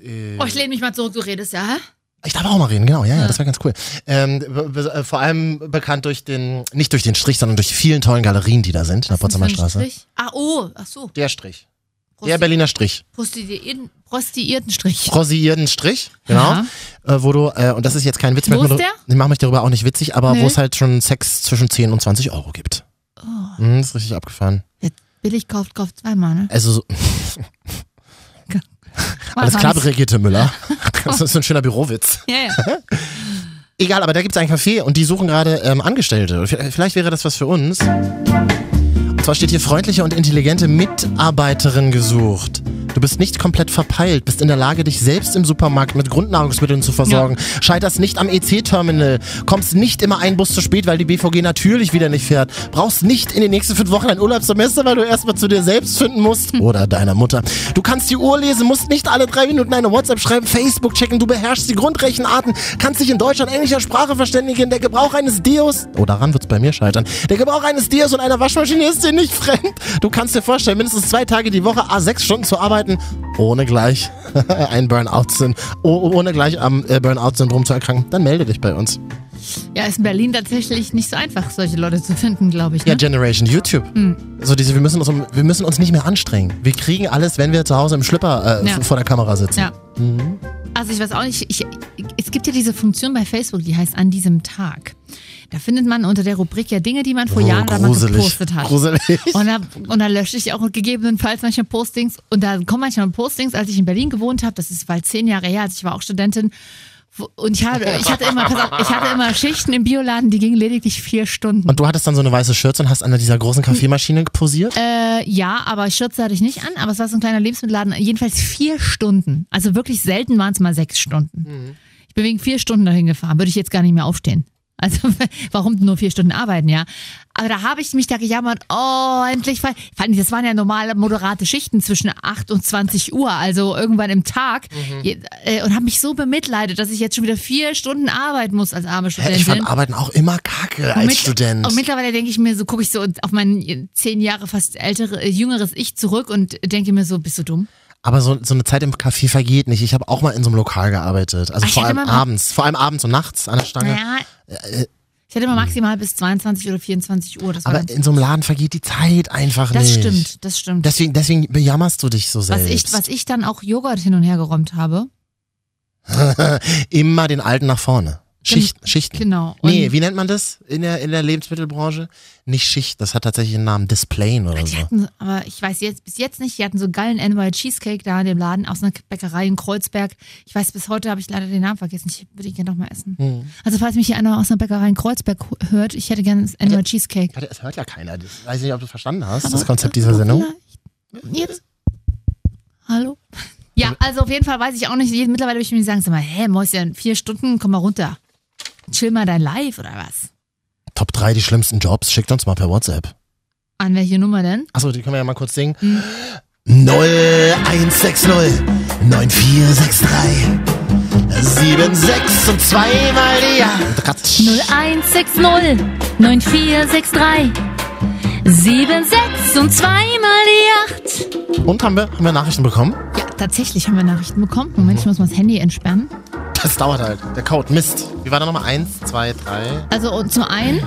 Äh.
Oh, ich lehne mich mal zurück, du redest, ja? hä?
ich darf auch mal reden, genau, ja, ja, das war ganz cool. Ähm, be- be- äh, vor allem bekannt durch den, nicht durch den Strich, sondern durch die vielen tollen Galerien, die da sind in der
Was ist denn
Potsdamer
für ein
Straße.
Strich? Ah, oh, ach so.
Der Strich. Der
Prosti
Berliner Strich.
Prostituierten, Prostituiertenstrich.
Rosierten Strich, genau.
Aha.
Äh, wo du, äh, und das ist jetzt kein Witz mehr.
Wo ist
ich mache
der?
Ich mache mich darüber auch nicht witzig, aber
Nee.
wo es halt schon Sex zwischen 10 und 20 Euro gibt.
Oh,
Mhm, ist richtig abgefahren.
wer billig kauft, kauft zweimal, ne?
Also, so- alles klar, Brigitte Müller. Das ist so ein schöner Bürowitz.
Ja, ja.
Egal, aber da gibt's einen Café und die suchen gerade ähm, Angestellte. V- Vielleicht wäre das was für uns. Und zwar steht hier freundliche und intelligente Mitarbeiterin gesucht. Du bist nicht komplett verpeilt, bist in der Lage, dich selbst im Supermarkt mit Grundnahrungsmitteln zu versorgen. Scheiterst nicht am EC-Terminal, kommst nicht immer einen Bus zu spät, weil die BVG natürlich wieder nicht fährt. Brauchst nicht in den nächsten fünf Wochen ein Urlaubssemester, weil du erstmal zu dir selbst finden musst. Oder deiner Mutter. Du kannst die Uhr lesen, musst nicht alle drei Minuten eine WhatsApp schreiben, Facebook checken, du beherrschst die Grundrechenarten, kannst dich in Deutschland englischer Sprache verständigen. Der Gebrauch eines Deos, oh, daran wird's bei mir scheitern. Der Gebrauch eines Deos und einer Waschmaschine ist dir nicht fremd. Du kannst dir vorstellen, mindestens zwei Tage die Woche, a sechs Stunden zu arbeiten, ohne gleich ein Burnout, syn- oh, ohne gleich am äh, Burnout-Syndrom zu erkranken. Dann melde dich bei uns.
ja, ist in Berlin tatsächlich nicht so einfach, solche Leute zu finden, glaube ich.
Ja,
Ne?
Generation YouTube.
Hm.
So diese, wir müssen, uns, um- wir müssen uns nicht mehr anstrengen. Wir kriegen alles, wenn wir zu Hause im Schlüpper äh,
Ja.
vor der Kamera sitzen.
Ja.
Mhm.
Also ich weiß auch nicht, ich, es gibt ja diese Funktion bei Facebook, die heißt an diesem Tag. Da findet man unter der Rubrik ja Dinge, die man vor Jahren da mal
Oh, gruselig.
gepostet hat.
Gruselig.
Und da, und da lösche ich auch gegebenenfalls manchmal Postings. Und da kommen manchmal Postings, als ich in Berlin gewohnt habe, das ist bald zehn Jahre her, als ich war auch Studentin. wo- Und ich, habe, ich, hatte immer, pass auf, ich hatte immer Schichten im Bioladen, die gingen lediglich vier Stunden.
Und du hattest dann so eine weiße Schürze und hast an dieser großen Kaffeemaschine posiert?
Hm. Äh, ja, aber Schürze hatte ich nicht an, aber es war so ein kleiner Lebensmittelladen. Jedenfalls vier Stunden. Also wirklich selten waren es mal sechs Stunden.
Mhm.
Ich bin wegen vier Stunden dahin gefahren, würde ich jetzt gar nicht mehr aufstehen. Also warum nur vier Stunden arbeiten, ja? Aber da habe ich mich da gejammert, oh, endlich frei. Vor allem, Das waren ja normale, moderate Schichten zwischen 8 und 20 Uhr, also irgendwann im Tag.
Mhm.
Je- äh, Und habe mich so bemitleidet, dass ich jetzt schon wieder vier Stunden arbeiten muss als arme
Hä,
Studentin.
ich fand Arbeiten auch immer kacke als
Und mit-
Student.
Und mittlerweile denke ich mir so, gucke ich so auf mein zehn Jahre fast ältere, äh, jüngeres Ich zurück und denke mir so, bist du dumm?
Aber so, so eine Zeit im Café vergeht nicht. Ich habe auch mal in so einem Lokal gearbeitet. Also
Ich
vor
hatte
allem
mal-
abends. Vor allem abends und nachts an der Stange.
Naja. Ich hatte immer maximal bis 22 oder 24 Uhr. Das, war
Äh, hm. Aber
dann,
in so einem Laden vergeht die Zeit einfach
das
nicht.
stimmt, das stimmt.
Deswegen, deswegen bejammerst du dich so
was,
selbst.
ich, was ich dann auch Joghurt hin und her geräumt habe.
Immer den Alten nach vorne. Schicht, Schichten.
Genau. Und
Nee, wie nennt man das in der, in der Lebensmittelbranche? Nicht Schicht, das hat tatsächlich einen Namen. Displayen oder
die
so.
hatten, aber ich weiß jetzt bis jetzt nicht, die hatten so geilen NY Cheesecake da in dem Laden aus einer Bäckerei in Kreuzberg. Ich weiß, bis heute habe ich leider den Namen vergessen. Ich würde ihn gerne nochmal essen.
Hm.
Also falls mich hier einer aus einer Bäckerei in Kreuzberg hört, ich hätte gerne das NY Cheesecake.
Katja, Es hört ja keiner. Das weiß ich nicht, ob du verstanden hast, das Konzept dieser Sendung.
Vielleicht. Jetzt. Hallo? Ja, also auf jeden Fall weiß ich auch nicht. Mittlerweile würde ich mir sagen, sag mal, hä, Mäuschen, vier Stunden, komm mal runter. Chill mal dein Live oder was?
Top 3 die schlimmsten Jobs, schickt uns mal per WhatsApp.
An welche Nummer denn?
Achso, die können wir ja mal kurz singen.
Mhm.
0160 9463 76 und zweimal die Ratsch.
0160 9463 76 und zweimal die 8.
Und haben wir, haben wir Nachrichten bekommen?
Ja, tatsächlich haben wir Nachrichten bekommen. Moment, ich muss mal das Handy entsperren.
Das dauert halt. Der Code, Mist. Wie war da nochmal? Eins, zwei, drei.
Also und zum einen,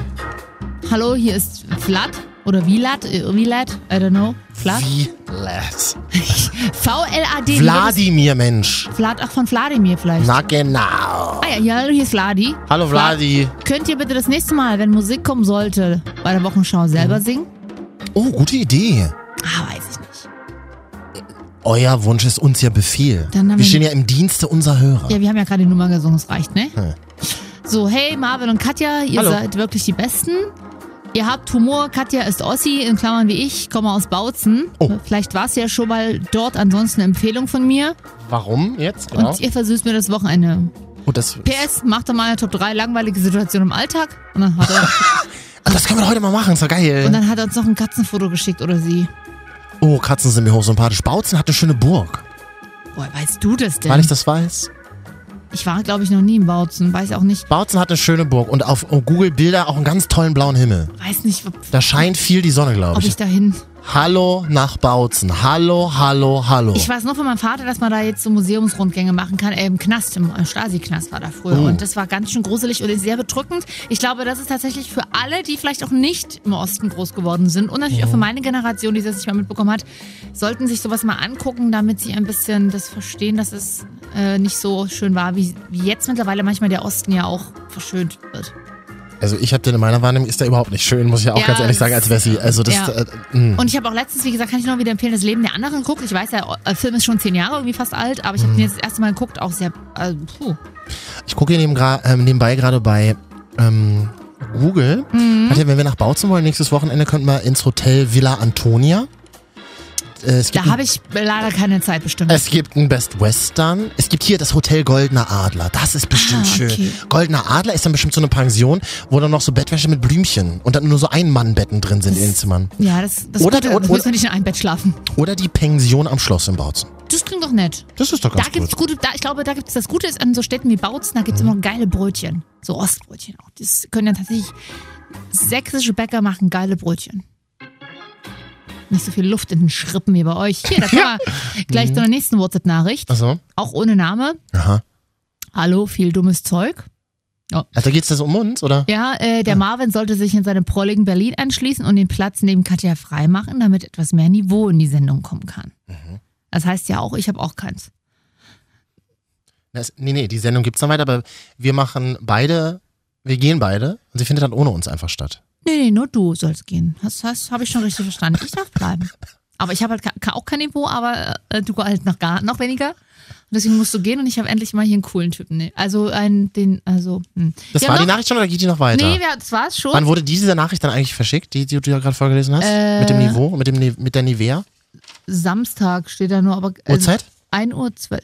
hallo, hier ist Vlad oder Vilat, äh, Vilat, I don't know, Vlad.
Wie lädt.
V-L-A-D.
Wladimir, Mensch.
Vlad, ach von Vladimir vielleicht.
Na genau.
Ah ja, ja, hallo, hier ist Vladi.
Hallo Vladi.
Könnt ihr bitte das nächste Mal, wenn Musik kommen sollte, bei der Wochenschau selber
Mhm.
singen?
Oh, gute Idee.
Ah, weiß ich nicht.
Euer Wunsch ist uns ja Befehl.
Dann haben
wir
wir-
stehen ja im Dienste unserer Hörer.
Ja, wir haben ja gerade die Nummer gesungen, es reicht, ne?
Hm.
So, hey Marvin und Katja, ihr
Hallo.
seid wirklich die Besten. Ihr habt Humor, Katja ist Ossi, in Klammern wie ich, komme aus Bautzen.
Oh.
Vielleicht warst du ja schon mal dort, ansonsten eine Empfehlung von mir.
Warum jetzt? Genau.
Und ihr versüßt mir das Wochenende.
oh, das,
PS, macht doch mal eine Top 3 langweilige Situation im Alltag. Und dann hat er,
Ah, das können wir doch heute mal machen, ist doch geil.
und dann hat er uns noch ein Katzenfoto geschickt oder sie.
oh, Katzen sind mir hochsympathisch. Bautzen hat eine schöne Burg.
Woher weißt du das denn?
Weil ich das weiß.
Ich war, glaube ich, noch nie in Bautzen. Weiß auch nicht,
Bautzen hat eine schöne Burg und auf Google Bilder auch einen ganz tollen blauen Himmel.
weiß nicht, ob,
Da scheint viel die Sonne, glaube
ob
ich. Oh.
ich dahin.
Hallo nach Bautzen. Hallo, hallo, hallo.
Ich weiß noch von meinem Vater, dass man da jetzt so Museumsrundgänge machen kann. Äh, Im Knast, im Stasi-Knast war da früher.
Oh.
Und das war ganz schön gruselig und sehr bedrückend. Ich glaube, das ist tatsächlich für alle, die vielleicht auch nicht im Osten groß geworden sind und natürlich auch für meine Generation, die das nicht mehr mitbekommen hat, sollten sich sowas mal angucken, damit sie ein bisschen das verstehen, dass es äh, nicht so schön war, wie, wie jetzt mittlerweile manchmal der Osten ja auch verschönt wird.
Also ich habe den in meiner Wahrnehmung, ist der überhaupt nicht schön, muss ich auch
Ja,
ganz ehrlich sagen, als Wessi. Also das,
ja.
äh, mh.
Und ich habe auch letztens, wie gesagt, kann ich nur wieder empfehlen, das Leben der anderen geguckt. Ich weiß ja, der Film ist schon zehn Jahre irgendwie fast alt, aber ich habe
Mhm.
den jetzt das erste Mal geguckt, auch sehr, also, puh.
ich gucke hier neben, gra- ähm, nebenbei gerade bei ähm, Google.
Mhm.
Katja, wenn wir nach Bautzen wollen, nächstes Wochenende könnten wir ins Hotel Villa Antonia. Äh, es gibt
Da habe ich leider keine Zeit bestimmt.
Es gibt ein Best Western. Es gibt hier das Hotel Goldener Adler. Das ist bestimmt
Ah, okay.
schön. Goldener Adler ist dann bestimmt so eine Pension, wo dann noch so Bettwäsche mit Blümchen und dann nur so Ein-Mann-Betten drin sind in den Zimmern.
ja, das, das
Oder-
Gute,
oder-
dann müssen wir nicht in einem Bett schlafen.
Oder die Pension am Schloss in Bautzen.
Das klingt doch nett.
Das ist doch ganz
da gibt's
gut.
gute, da, ich glaube, da gibt's das Gute ist an so Städten wie Bautzen, da gibt's
Mhm.
immer geile Brötchen. So Ostbrötchen auch. Das können dann tatsächlich sächsische Bäcker machen geile Brötchen. Nicht so viel Luft in den Schrippen wie bei euch. Hier, da kann man gleich
Mhm.
zu der nächsten WhatsApp-Nachricht.
Achso.
Auch ohne Name.
Aha.
Hallo, viel dummes Zeug.
Also da geht's das um uns, oder?
Ja, äh, der Marvin sollte sich in seinem prolligen Berlin anschließen und den Platz neben Katja freimachen, damit etwas mehr Niveau in die Sendung kommen kann.
Mhm.
Das heißt ja auch, ich habe auch keins.
Das, nee, nee, die Sendung gibt's dann weiter, aber wir machen beide, wir gehen beide und sie findet dann ohne uns einfach statt.
Nee, nee, nur du sollst gehen. Das, das habe ich schon richtig verstanden. Ich darf bleiben. Aber ich habe halt ka- auch kein Niveau, aber äh, du halt noch gar noch weniger. Und deswegen musst du gehen und ich habe endlich mal hier einen coolen Typen. Nee, also einen, den, also. Hm.
Das
Wir
war die
haben noch,
Nachricht schon oder geht die noch weiter?
Nee, wir, das war's schon.
Wann wurde diese Nachricht dann eigentlich verschickt, die, die du ja gerade vorgelesen hast?
Äh.
mit dem Niveau, mit, dem, Ni- mit der Nivea?
Samstag steht da nur, aber. äh,
Uhrzeit?
1 Uhr 12.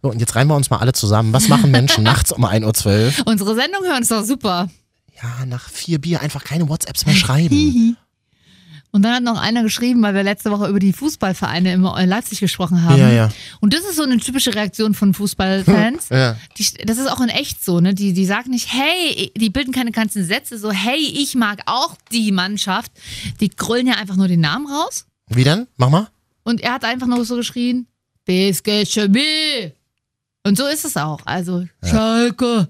So, und jetzt reimen wir uns mal alle zusammen. Was machen Menschen nachts um 1.12 Uhr?
Unsere Sendung hören ist doch super.
Ja, nach vier Bier einfach keine WhatsApps mehr schreiben.
Und dann hat noch einer geschrieben, weil wir letzte Woche über die Fußballvereine in Leipzig gesprochen haben.
Ja, ja.
Und das ist so eine typische Reaktion von Fußballfans.
Ja.
Die, das ist auch in echt so, ne? Die, die sagen nicht, hey, die bilden keine ganzen Sätze, so, hey, ich mag auch die Mannschaft. Die grüllen ja einfach nur den Namen raus.
Wie denn? Mach mal.
Und er hat einfach nur so geschrien, BSG Chemie. Und so ist es auch. Also, Schalke,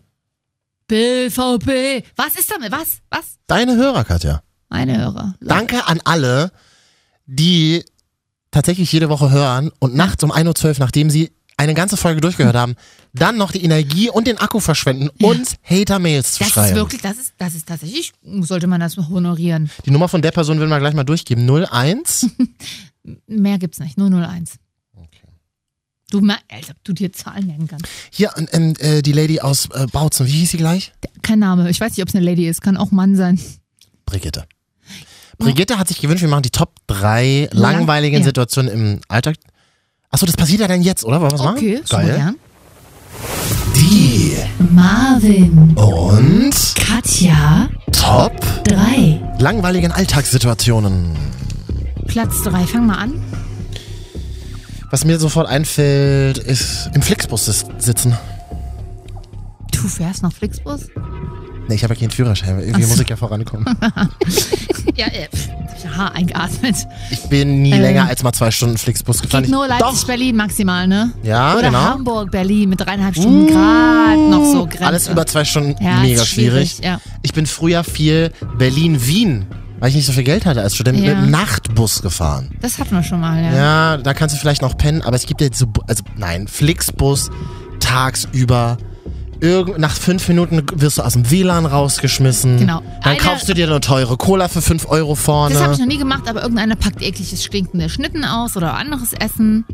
BVB. Was ist damit? Was? Was?
Deine Hörer, Katja.
Meine Hörer.
Danke an alle, die tatsächlich jede Woche hören und nachts um 1.12 Uhr, nachdem sie eine ganze Folge durchgehört haben, dann noch die Energie und den Akku verschwenden, uns Hater-Mails zu
Das
schreiben.
ist wirklich, das ist, das ist tatsächlich, sollte man das honorieren.
die Nummer von der Person will man gleich mal durchgeben. 01.
Mehr gibt's nicht, nur 01. Du, mer- als ob du dir Zahlen merken kannst.
Hier, ähm, äh, die Lady aus äh, Bautzen, wie hieß sie gleich?
Kein Name. Ich weiß nicht, ob es eine Lady ist. Kann auch Mann sein.
Brigitte. Brigitte hat sich gewünscht, wir machen die Top 3 langweiligen
ja.
Situationen im Alltag. Achso, das passiert ja dann jetzt, oder? Wollen wir es machen?
Okay, schon
Geil.
modern.
Die Die
Marvin,
und
Katja,
Top
3.
langweiligen Alltagssituationen.
Platz 3, fang mal an.
Was mir sofort einfällt, ist im Flixbus sis- sitzen.
Du fährst nach Flixbus?
Nee, ich habe ja keinen Führerschein, weil irgendwie
Ach so.
muss ich ja vorankommen.
Ja, äh, pff, hab ich ein Haar eingeatmet.
Ich bin nie
Ähm.
länger als mal zwei Stunden Flixbus gefahren.
Geht
Ich,
nur
doch,
Leipzig-Berlin maximal, ne?
Ja,
Oder
genau. Uh,
Hamburg, Berlin mit dreieinhalb Stunden grad noch so Grenze.
alles über zwei Stunden,
Ja,
mega
ist schwierig,
schwierig.
ja.
Ich bin früher viel Berlin-Wien, weil ich nicht so viel Geld hatte als Student,
Ja.
mit dem Nachtbus gefahren.
Das hatten wir schon mal, ja.
Ja, da kannst du vielleicht noch pennen, aber es gibt jetzt so, also nein, Flixbus tagsüber. Irgend, nach fünf Minuten wirst du aus dem WLAN rausgeschmissen.
Genau.
Dann
Einer-
kaufst du dir eine teure Cola für fünf Euro vorne.
Das habe ich noch nie gemacht, aber irgendeiner packt ekliges, stinkende Schnitten aus oder anderes Essen.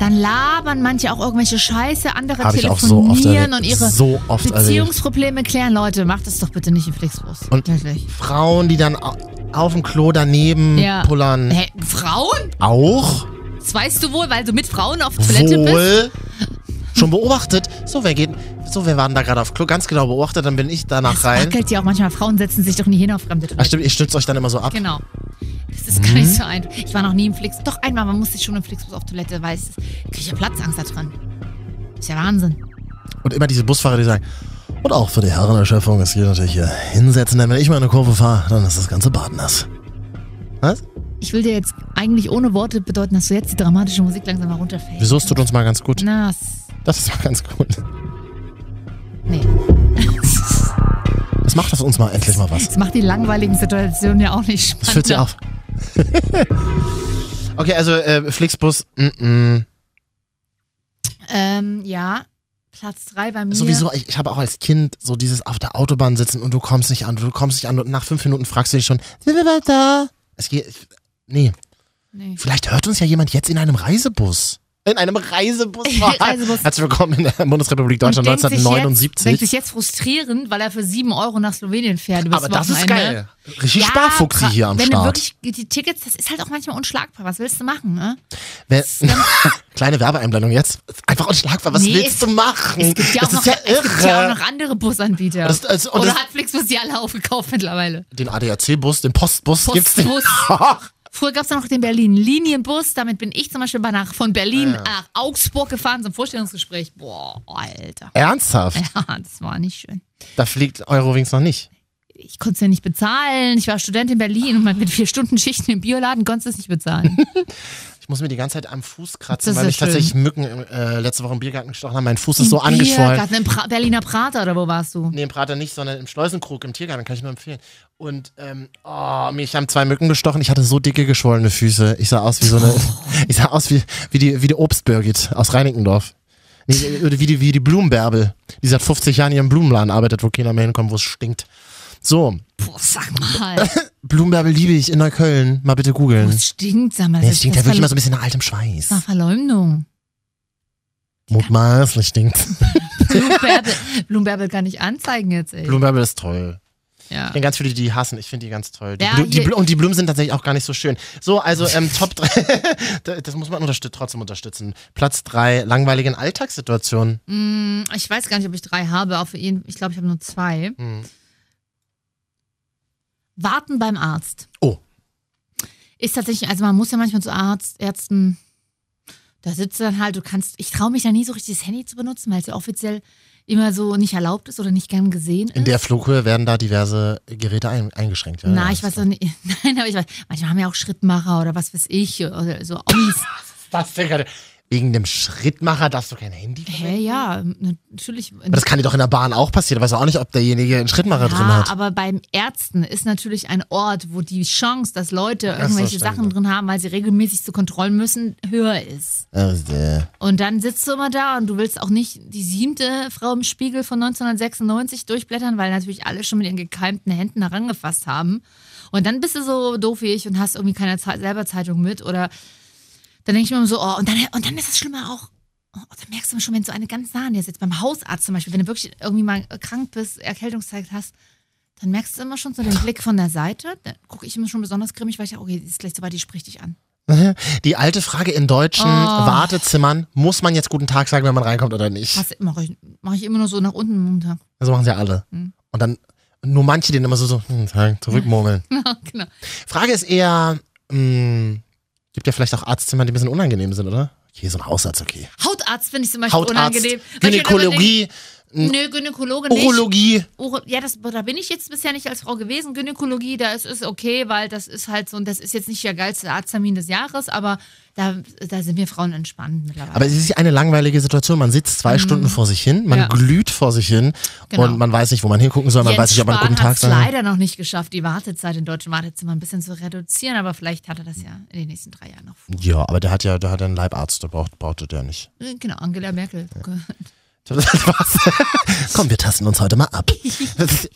Dann labern manche auch irgendwelche Scheiße, andere
Hab ich auch so
telefonieren
oft erlebt.
und ihre
so oft erlebt.
Beziehungsprobleme klären. Leute, macht das doch bitte nicht im Flixbus.
Und-
Wirklich.
Frauen, die dann au- auf dem Klo daneben
Ja.
pullern.
Hä, Frauen?
Auch
Das weißt du wohl, weil du mit Frauen auf Toilette bist.
wohl schon beobachtet. So, wer geht? So, wir waren da gerade auf Klo, ganz genau beobachtet, dann bin ich danach
Das
rein.
wackelt ja auch manchmal. Frauen setzen sich doch nie hin auf fremde
Ach
Toiletten.
stimmt, Hm. ich stütze euch dann immer so ab.
Genau. Das ist gar nicht so einfach. Ich war noch nie im Flixbus. Doch einmal, man musste schon im Flixbus auf Toilette, weil es kriege ich ja Platzangst da dran. Ist ja Wahnsinn.
Und immer diese Busfahrer, die sagen, und auch für die Herren der Schöpfung, es geht natürlich hier hinsetzen, denn wenn ich mal eine Kurve fahre, dann ist das ganze Bad nass. Was?
Ich will dir jetzt eigentlich ohne Worte bedeuten, dass du jetzt die dramatische Musik langsam mal runterfällst.
Wieso, es tut uns mal ganz gut.
Nass.
Das ist mal ganz gut.
Nee.
Das macht das uns mal endlich mal was.
Das macht die langweiligen Situationen ja auch nicht spannend.
Das fühlt sie auf. okay, also äh, Flixbus, mm -mm.
Ähm, ja. Platz 3 bei mir.
sowieso, ich, ich habe auch als Kind so dieses auf der Autobahn sitzen und du kommst nicht an, du kommst nicht an und nach fünf Minuten fragst du dich schon, sind wir bald da? Es geht, ich- nee,
Nee.
vielleicht hört uns ja jemand jetzt in einem Reisebus. In einem Reisebus.
Reisebus.
Herzlich willkommen in der Bundesrepublik
Und
Deutschland
denkt sich jetzt- Denkt
1979.
sich jetzt frustrierend, weil er für 7 Euro nach Slowenien fährt. übers
Aber das ist
Wochenende.
geil. Richtig
Ja,
Sparfuchsi
pra-
hier am
wenn
Start.
Du wirklich, die Tickets, das ist halt auch manchmal unschlagbar. Was willst du machen? Ne?
Wer-
Das ist ganz-
Kleine Werbeeinblendung jetzt. Einfach unschlagbar. Was
Nee,
willst du machen?
Es gibt ja auch,
das
noch,
ist ja
es gibt ja auch
irre.
noch andere Busanbieter.
Das- das- und
Oder
das-
hat Flixbus die alle aufgekauft mittlerweile?
Den ADAC-Bus, den Postbus, gibt's den
Postbus.
auch.
Früher gab es noch den Berlin-Linienbus. Damit bin ich zum Beispiel mal nach, von
Ah,
Berlin nach Augsburg gefahren zum Vorstellungsgespräch. Boah, Alter.
Ernsthaft?
Ja, das war nicht schön.
Da fliegt Eurowings noch nicht.
Ich konnte es ja nicht bezahlen. Ich war Student in Berlin und man mit vier Stunden Schichten im Bioladen konnte es nicht bezahlen.
Ich muss mir die ganze Zeit am Fuß
Das
kratzen,
ist
weil
ja
mich
schön.
tatsächlich Mücken äh, letzte Woche im Biergarten gestochen haben. Mein Fuß ist
Im
so angeschwollen.
Biergarten, im pra Berliner Prater oder wo warst du?
Nee, im Prater nicht, sondern im Schleusenkrug im Tiergarten, kann ich nur empfehlen. Und ähm, oh, mich haben zwei Mücken gestochen. Ich hatte so dicke, geschwollene Füße. Ich sah aus wie so eine. Ich sah aus wie, wie die, wie die Obstbirgit aus Reinickendorf. Nee, oder wie die, wie die Blumenbärbel, die seit 50 Jahren in ihrem Blumenladen arbeitet, wo keiner mehr hinkommt, wo es stinkt. So,
Boah, sag mal.
Blumenbärbel liebe ich in Neukölln. Mal bitte googeln.
Das stinkt, sag mal.
Nee,
das
es stinkt ja
das
wirklich immer
Verle-
so ein bisschen nach altem
das war
Schweiß.
Verleumdung.
Mutmaßlich stinkt.
Blumenbärbel, Blumenbärbel kann ich anzeigen jetzt, ey.
Blumenbärbel ist toll.
ja.
Ich kenne ganz viele, die die hassen. Ich finde die ganz toll. Die
Ja,
Blu- die
hier-
Blu- und die Blumen sind tatsächlich auch gar nicht so schön. So, also ähm, Top 3. das muss man unterstüt trotzdem unterstützen. Platz 3, langweiligen Alltagssituationen.
Mm, Ich weiß gar nicht, ob ich drei habe. Auf jeden, ich glaube, ich habe nur zwei.
Hm.
Warten beim Arzt.
Oh.
Ist tatsächlich, also man muss ja manchmal zu Arzt, Ärzten, da sitzt du dann halt, du kannst, ich traue mich ja nie so richtig das Handy zu benutzen, weil es ja offiziell immer so nicht erlaubt ist oder nicht gern gesehen
In
ist.
der Flughöhe werden da diverse Geräte ein eingeschränkt. Ja,
Na,
ja,
ich
das-
weiß auch nicht. Nein, aber ich weiß, manchmal haben ja auch Schrittmacher oder was weiß ich, oder so Omis.
Was denn gerade? Wegen dem Schrittmacher darfst du kein Handy verwenden?
Hä, ja, natürlich.
Aber das kann dir doch in der Bahn auch passieren. Weiß auch nicht, ob derjenige einen Schrittmacher drin halt.
Ja,
hat.
aber beim Ärzten ist natürlich ein Ort, wo die Chance, dass Leute
so,
irgendwelche
stimmt.
Sachen drin haben, weil sie regelmäßig zu Kontrollen müssen, höher ist.
Also, äh,
Und dann sitzt du immer da und du willst auch nicht die siebte Frau im Spiegel von 1996 durchblättern, weil natürlich alle schon mit ihren gekeimten Händen herangefasst haben. Und dann bist du so doof wie ich und hast irgendwie keine Zeit, selber Zeitung mit oder dann denke ich mir immer so, oh, und dann, und dann ist es schlimmer auch. Oh, dann merkst du schon, wenn so eine ganz nah an dir sitzt, beim Hausarzt zum Beispiel, wenn du wirklich irgendwie mal krank bist, Erkältungszeit hast, dann merkst du immer schon so den Blick von der Seite. Dann gucke ich immer schon besonders grimmig, weil ich dachte, okay, die ist gleich so weit, die spricht dich an.
Die alte Frage in
Oh.
deutschen Wartezimmern, muss man jetzt guten Tag sagen, wenn man reinkommt oder nicht?
Was mache ich, mach ich immer nur so nach unten munter.
Also machen sie ja alle.
Hm.
Und dann nur manche, denen immer so, so hm, Tag, zurückmurmeln.
genau.
Frage ist eher, mh, gibt ja vielleicht auch Arztzimmer, die ein bisschen unangenehm sind, oder? Okay, so ein Hausarzt, okay.
Hautarzt finde ich zum Beispiel
Hautarzt,
unangenehm. Weil ich dann immer
Gynäkologie,
Denke, nö, Gynäkologe nicht.
Urologie.
Uro- ja, das, da bin ich jetzt bisher nicht als Frau gewesen. Gynäkologie, da ist es okay, weil das ist halt so, und das ist jetzt nicht der geilste Arzttermin des Jahres, aber da, da sind wir Frauen entspannt mittlerweile.
Aber es ist eine langweilige Situation. Man sitzt zwei Stunden vor sich hin, man
Mhm. Ja.
glüht vor sich hin
Genau.
und man weiß nicht, wo man hingucken soll, man
Jens
weiß nicht, ob man
Spahn
guten Tag
hat's
sagt.
leider noch nicht geschafft, die Wartezeit in deutschen Wartezimmern ein bisschen zu reduzieren, aber vielleicht hat er das ja in den nächsten drei Jahren noch vor.
Ja, aber der hat ja, der hat ja einen Leibarzt, der braucht, brauchte der nicht.
Äh, Genau, Angela Merkel.
Das war's. Komm, wir tasten uns heute mal ab.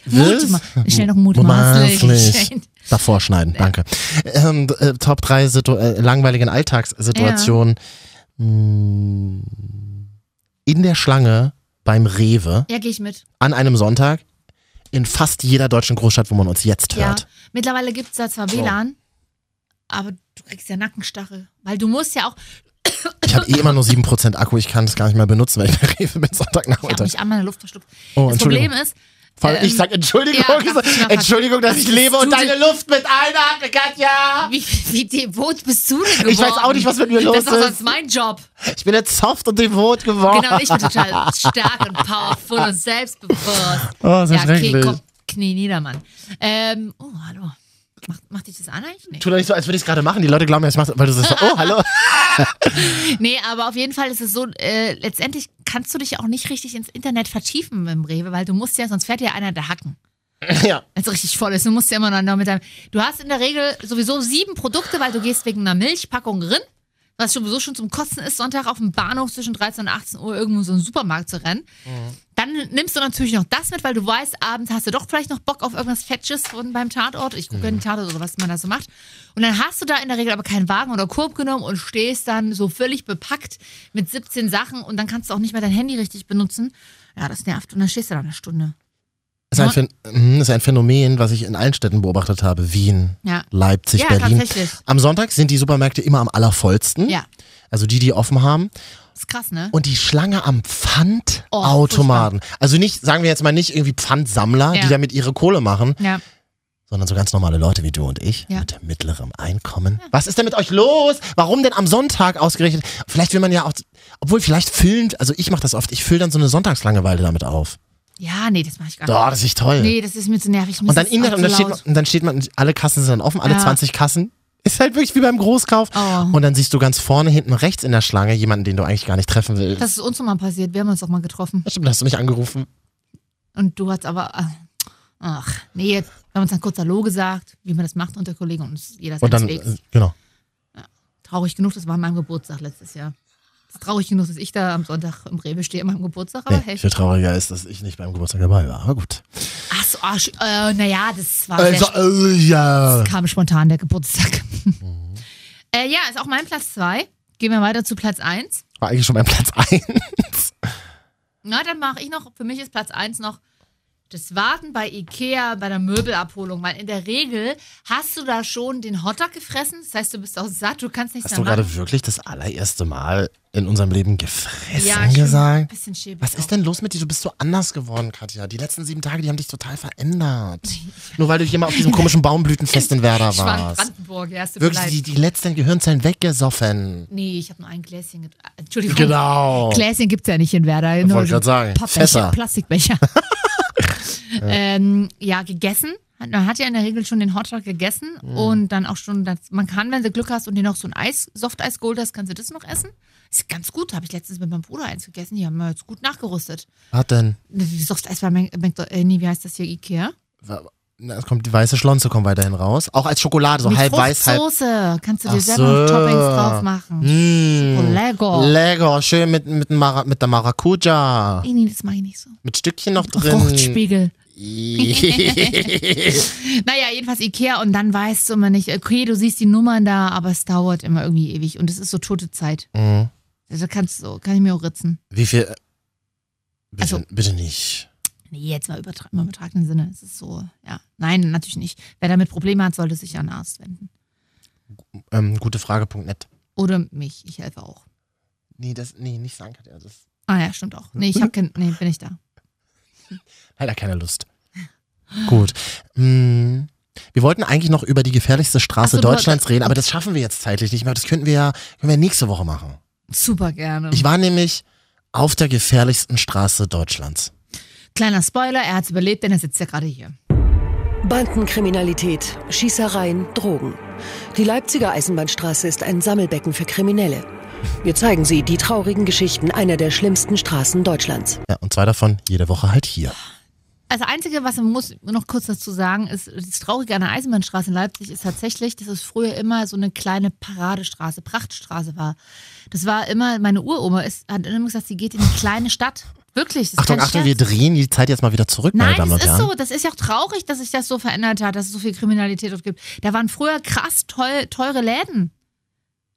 Mutma- Schnell noch mutmaßlich.
Mutmaßlich. Davor schneiden, danke. Ähm, d- äh, Top 3 Situ äh, langweiligen Alltagssituationen. Hm, In der Schlange beim Rewe
Ja, gehe ich mit.
an einem Sonntag in fast jeder deutschen Großstadt, wo man uns jetzt
Ja.
hört.
Mittlerweile gibt es da zwar WLAN, aber du kriegst ja Nackenstachel. Weil du musst ja auch,
Ich habe eh immer nur 7% Akku, ich kann es gar nicht mehr benutzen, weil ich bei Rewe bin
ich habe
Sonntagnachmittag.
mich an meiner Luft verschluckt.
Oh,
das
Entschuldigung.
Problem ist,
Vor allem ich
ähm,
sag Entschuldigung,
ja, darf ich noch was-
Entschuldigung, dass ich
Was
lebe
bist
und
du
deine
denn-
Luft mit einatme, Katja.
wie, wie devot bist du denn geworden?
Ich weiß auch nicht, was mit mir los
Das ist doch
ist.
sonst mein Job.
Ich bin jetzt soft und devot geworden.
Genau, ich bin total stark und powerful und selbstbewusst.
Oh, das ist
ja, okay,
schrecklich.
komm, Knie nieder, Mann. Ähm, oh, hallo. Macht, macht dich das an eigentlich? Nee.
Tu doch nicht so, als würde ich es gerade machen. Die Leute glauben, ja, ich mache weil du sagst, so, oh, hallo.
Nee, aber auf jeden Fall ist es so, äh, letztendlich kannst du dich auch nicht richtig ins Internet vertiefen im Rewe, weil du musst ja, sonst fährt ja einer da hacken.
Ja.
Wenn es richtig voll ist, du musst ja immer noch mit deinem. Du hast in der Regel sowieso sieben Produkte, weil du gehst wegen einer Milchpackung drin, was sowieso schon zum Kotzen ist, Sonntag auf dem Bahnhof zwischen 13 und 18 Uhr irgendwo in so einen Supermarkt zu rennen. Dann nimmst du natürlich noch das mit, weil du weißt, abends hast du doch vielleicht noch Bock auf irgendwas Fetches von beim Tatort. Ich gucke den Tatort oder was man da so macht. Und dann hast du da in der Regel aber keinen Wagen oder Korb genommen und stehst dann so völlig bepackt mit 17 Sachen und dann kannst du auch nicht mehr dein Handy richtig benutzen. Ja, das nervt. Und dann stehst du da eine Stunde.
Ist ein, Phän- mhm, ist ein Phänomen, was ich in allen Städten beobachtet habe. Wien,
Ja.
Leipzig,
ja,
Berlin.
tatsächlich.
Am Sonntag sind die Supermärkte immer am allervollsten.
Ja.
Also die, die offen haben.
Ist krass, ne?
Und die Schlange am
Oh,
Pfandautomaten. also nicht, sagen wir jetzt mal nicht irgendwie Pfandsammler, die
Ja.
damit ihre Kohle machen,
Ja.
sondern so ganz normale Leute wie du und ich
Ja.
mit mittlerem Einkommen. Was ist denn mit euch los? Warum denn am Sonntag ausgerechnet? Vielleicht will man ja auch, obwohl vielleicht füllen, also ich mache das oft, ich fülle dann so eine Sonntagslangeweile damit auf.
Ja, nee, das mache ich gar nicht.
Boah, das ist echt toll.
Nee, das ist mir zu nervig. Mir
und dann,
ist es
in
auch
der, und,
zu
dann steht man,
laut.
und dann steht man, alle Kassen sind dann offen, alle
Ja.
20 Kassen. Ist halt wirklich wie beim Großkauf.
Oh.
Und dann siehst du ganz vorne, hinten rechts in der Schlange jemanden, den du eigentlich gar nicht treffen willst.
Das ist uns schon mal passiert. Wir haben uns auch mal getroffen.
Ja, Stimmt, hast du mich angerufen?
Und du hast aber. ah, Ach, nee, wir haben uns dann kurz Hallo gesagt, wie man das macht unter Kollegen und es- jeder
Und
seines
dann,
Wegs.
äh, genau.
Traurig genug, das war an meinem Geburtstag letztes Jahr. Es ist traurig genug, dass ich da am Sonntag im Rewe stehe, an meinem Geburtstag, aber
Nee,
hey.
viel trauriger ist, dass ich nicht beim Geburtstag dabei war. Aber gut.
Ach so, ah, sch- äh, naja, das war sehr
Also, äh, ja.
Es kam spontan der Geburtstag.
Mhm.
äh, ja, ist auch mein Platz 2. Gehen wir weiter zu Platz 1.
War eigentlich schon mein Platz eins.
Na, dann mache ich noch, für mich ist Platz 1 noch das Warten bei Ikea bei der Möbelabholung, weil in der Regel hast du da schon den Hotdog gefressen, das heißt, du bist auch satt, du kannst nichts
Hast du
mehr machen.
gerade wirklich das allererste Mal in unserem Leben gefressen
Ja, ich bin ein
gesagt?
bisschen schäbig.
Was ist
auch.
denn los mit dir? Du bist so anders geworden, Katja. Die letzten sieben Tage, die haben dich total verändert. Nur weil du hier mal auf diesem komischen Baumblütenfest in Werder
Ich war in
warst.
Brandenburg, ja, hast du
Wirklich die,
beleidigt.
die letzten Gehirnzellen weggesoffen.
Nee, ich habe nur ein Gläschen. get- ah, Entschuldigung.
Genau.
Gläschen gibt's ja nicht in Werder. Ich
wollte gerade sagen, Fässer.
Plastikbecher. ähm, ja, gegessen. Hat- Man hat ja in der Regel schon den Hotdog gegessen
Mhm.
und dann auch schon, das, man kann, wenn du Glück hast und dir noch so ein Eis, Softeis geholt hast, kannst du das noch essen. Ist ganz gut, habe ich letztens mit meinem Bruder eins gegessen, die haben wir jetzt gut nachgerüstet.
Was denn?
Softeis bei Mac, Mac, äh, nee, wie heißt das hier, Ikea?
Na, es kommt die weiße Schlonze kommt weiterhin raus. Auch als Schokolade, so
Mit
halb weiß, halb.
Fruchtsoße kannst du dir
Ach
selber
so.
noch Toppings drauf machen. Oh,
Mm.
Lecker.
Lecker, schön mit, mit, dem Mara- mit der Maracuja.
Nee, nee, das mache ich nicht so.
Mit Stückchen noch drin. Mhm.
Fruchtspiegel. Naja, jedenfalls Ikea und dann weißt du immer nicht, okay, du siehst die Nummern da, aber es dauert immer irgendwie ewig und es ist so tote Zeit.
Mhm.
Also kannst du, kann ich mir auch ritzen.
Wie viel? äh, Bitte,
Also-
bitte nicht.
Nee, jetzt mal übertra im übertragenen Sinne. Es ist so, ja. Nein, natürlich nicht. Wer damit Probleme hat, sollte sich an den Arzt wenden.
Ähm, gutefrage.net.
Oder mich, ich helfe auch.
Nee, das, nee, nicht sagen kann er das.
Ah ja, stimmt auch. Nee, ich hab kein, nee, bin ich da.
Hat er keine Lust. Gut. Mm, Wir wollten eigentlich noch über die gefährlichste Straße
Ach so, du-
Deutschlands reden, aber das schaffen wir jetzt zeitlich nicht mehr. Das könnten wir ja können wir nächste Woche machen.
Super gerne.
Ich war nämlich auf der gefährlichsten Straße Deutschlands.
Kleiner Spoiler, er hat's überlebt, denn er sitzt ja gerade hier.
Bandenkriminalität, Schießereien, Drogen. Die Leipziger Eisenbahnstraße ist ein Sammelbecken für Kriminelle. Wir zeigen Sie die traurigen Geschichten einer der schlimmsten Straßen Deutschlands.
Ja, und zwei davon jede Woche halt hier.
Also Einzige, was man muss noch kurz dazu sagen, ist, das Traurige an der Eisenbahnstraße in Leipzig ist tatsächlich, dass es früher immer so eine kleine Paradestraße, Prachtstraße war. Das war immer, meine Uroma ist, hat immer gesagt, sie geht in eine kleine Stadt. Wirklich, das ist
Achtung,
kein
Achtung, wir
Scherz.
drehen die Zeit jetzt mal wieder zurück, meine
Nein,
Damen und
das ist
Herren.
so. Das ist ja auch traurig, dass sich das so verändert hat, dass es so viel Kriminalität dort gibt. Da waren früher krass teu, teure Läden.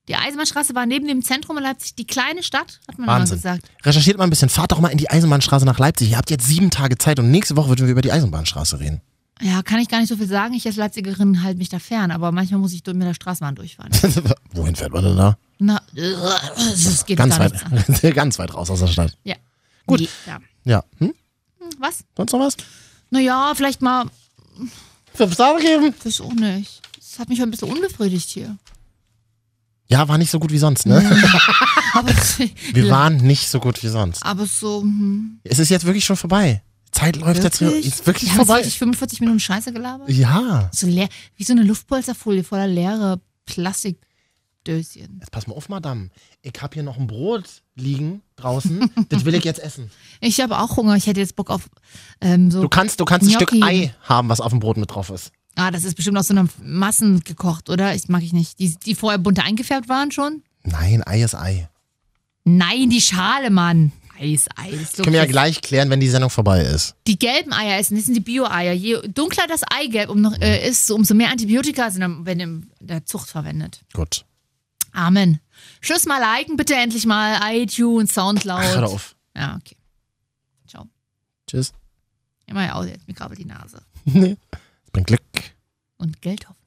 Die Eisenbahnstraße war neben dem Zentrum in Leipzig die kleine Stadt, hat man
Wahnsinn.
immer gesagt.
Recherchiert mal ein bisschen, fahrt doch mal in die Eisenbahnstraße nach Leipzig. Ihr habt jetzt sieben Tage Zeit und nächste Woche würden wir über die Eisenbahnstraße reden.
Ja, kann ich gar nicht so viel sagen. Ich als Leipzigerin halte mich da fern, aber manchmal muss ich durch- mit der Straßenbahn durchfahren.
Wohin fährt man denn da?
Na, es geht
Ganz
gar nichts an.
weit, ganz weit raus aus der Stadt.
Ja.
Gut.
Nee, ja.
Ja. Hm?
Hm, Was?
Sonst noch was?
Naja, vielleicht mal,
Fünf Sterne geben?
weiß auch nicht. Das hat mich ein bisschen unbefriedigt hier.
Ja, war nicht so gut wie sonst, ne?
Aber,
Wir waren nicht so gut wie sonst.
aber so, hm.
Es ist jetzt wirklich schon vorbei. Zeit läuft
Wirklich?
jetzt ist wirklich
Ich habe
vorbei.
wirklich 45 Minuten Scheiße gelabert.
Ja.
So leer, wie so eine Luftpolsterfolie voller leere Plastikdöschen.
Jetzt pass mal auf, Madame. Ich habe hier noch ein Brot liegen draußen. das will ich jetzt essen.
Ich habe auch Hunger. Ich hätte jetzt Bock auf ähm, so.
Du kannst, du kannst ein Stück
Gnocchi.
Ei haben, was auf dem Brot mit drauf ist.
Ah, das ist bestimmt aus so einer Massen gekocht, oder? Ich mag ich nicht. Die, die vorher bunte eingefärbt waren schon?
Nein, Ei ist Ei.
Nein, die Schale, Mann. Eis, Eis.
Das können wir ja gleich klären, wenn die Sendung vorbei ist.
die gelben Eier essen, das sind die Bio-Eier. Je dunkler das Eigelb um noch, äh, ist, umso mehr Antibiotika sind am- werden in der Zucht verwendet.
Gut.
Amen. Schluss mal liken, bitte endlich mal iTunes, Soundcloud.
Ach, hör auf.
Ja, okay.
Tschüss.
Immer ja auch jetzt, mir grabbelt die Nase.
Nee. Bringt Glück.
Und Geld hoffentlich.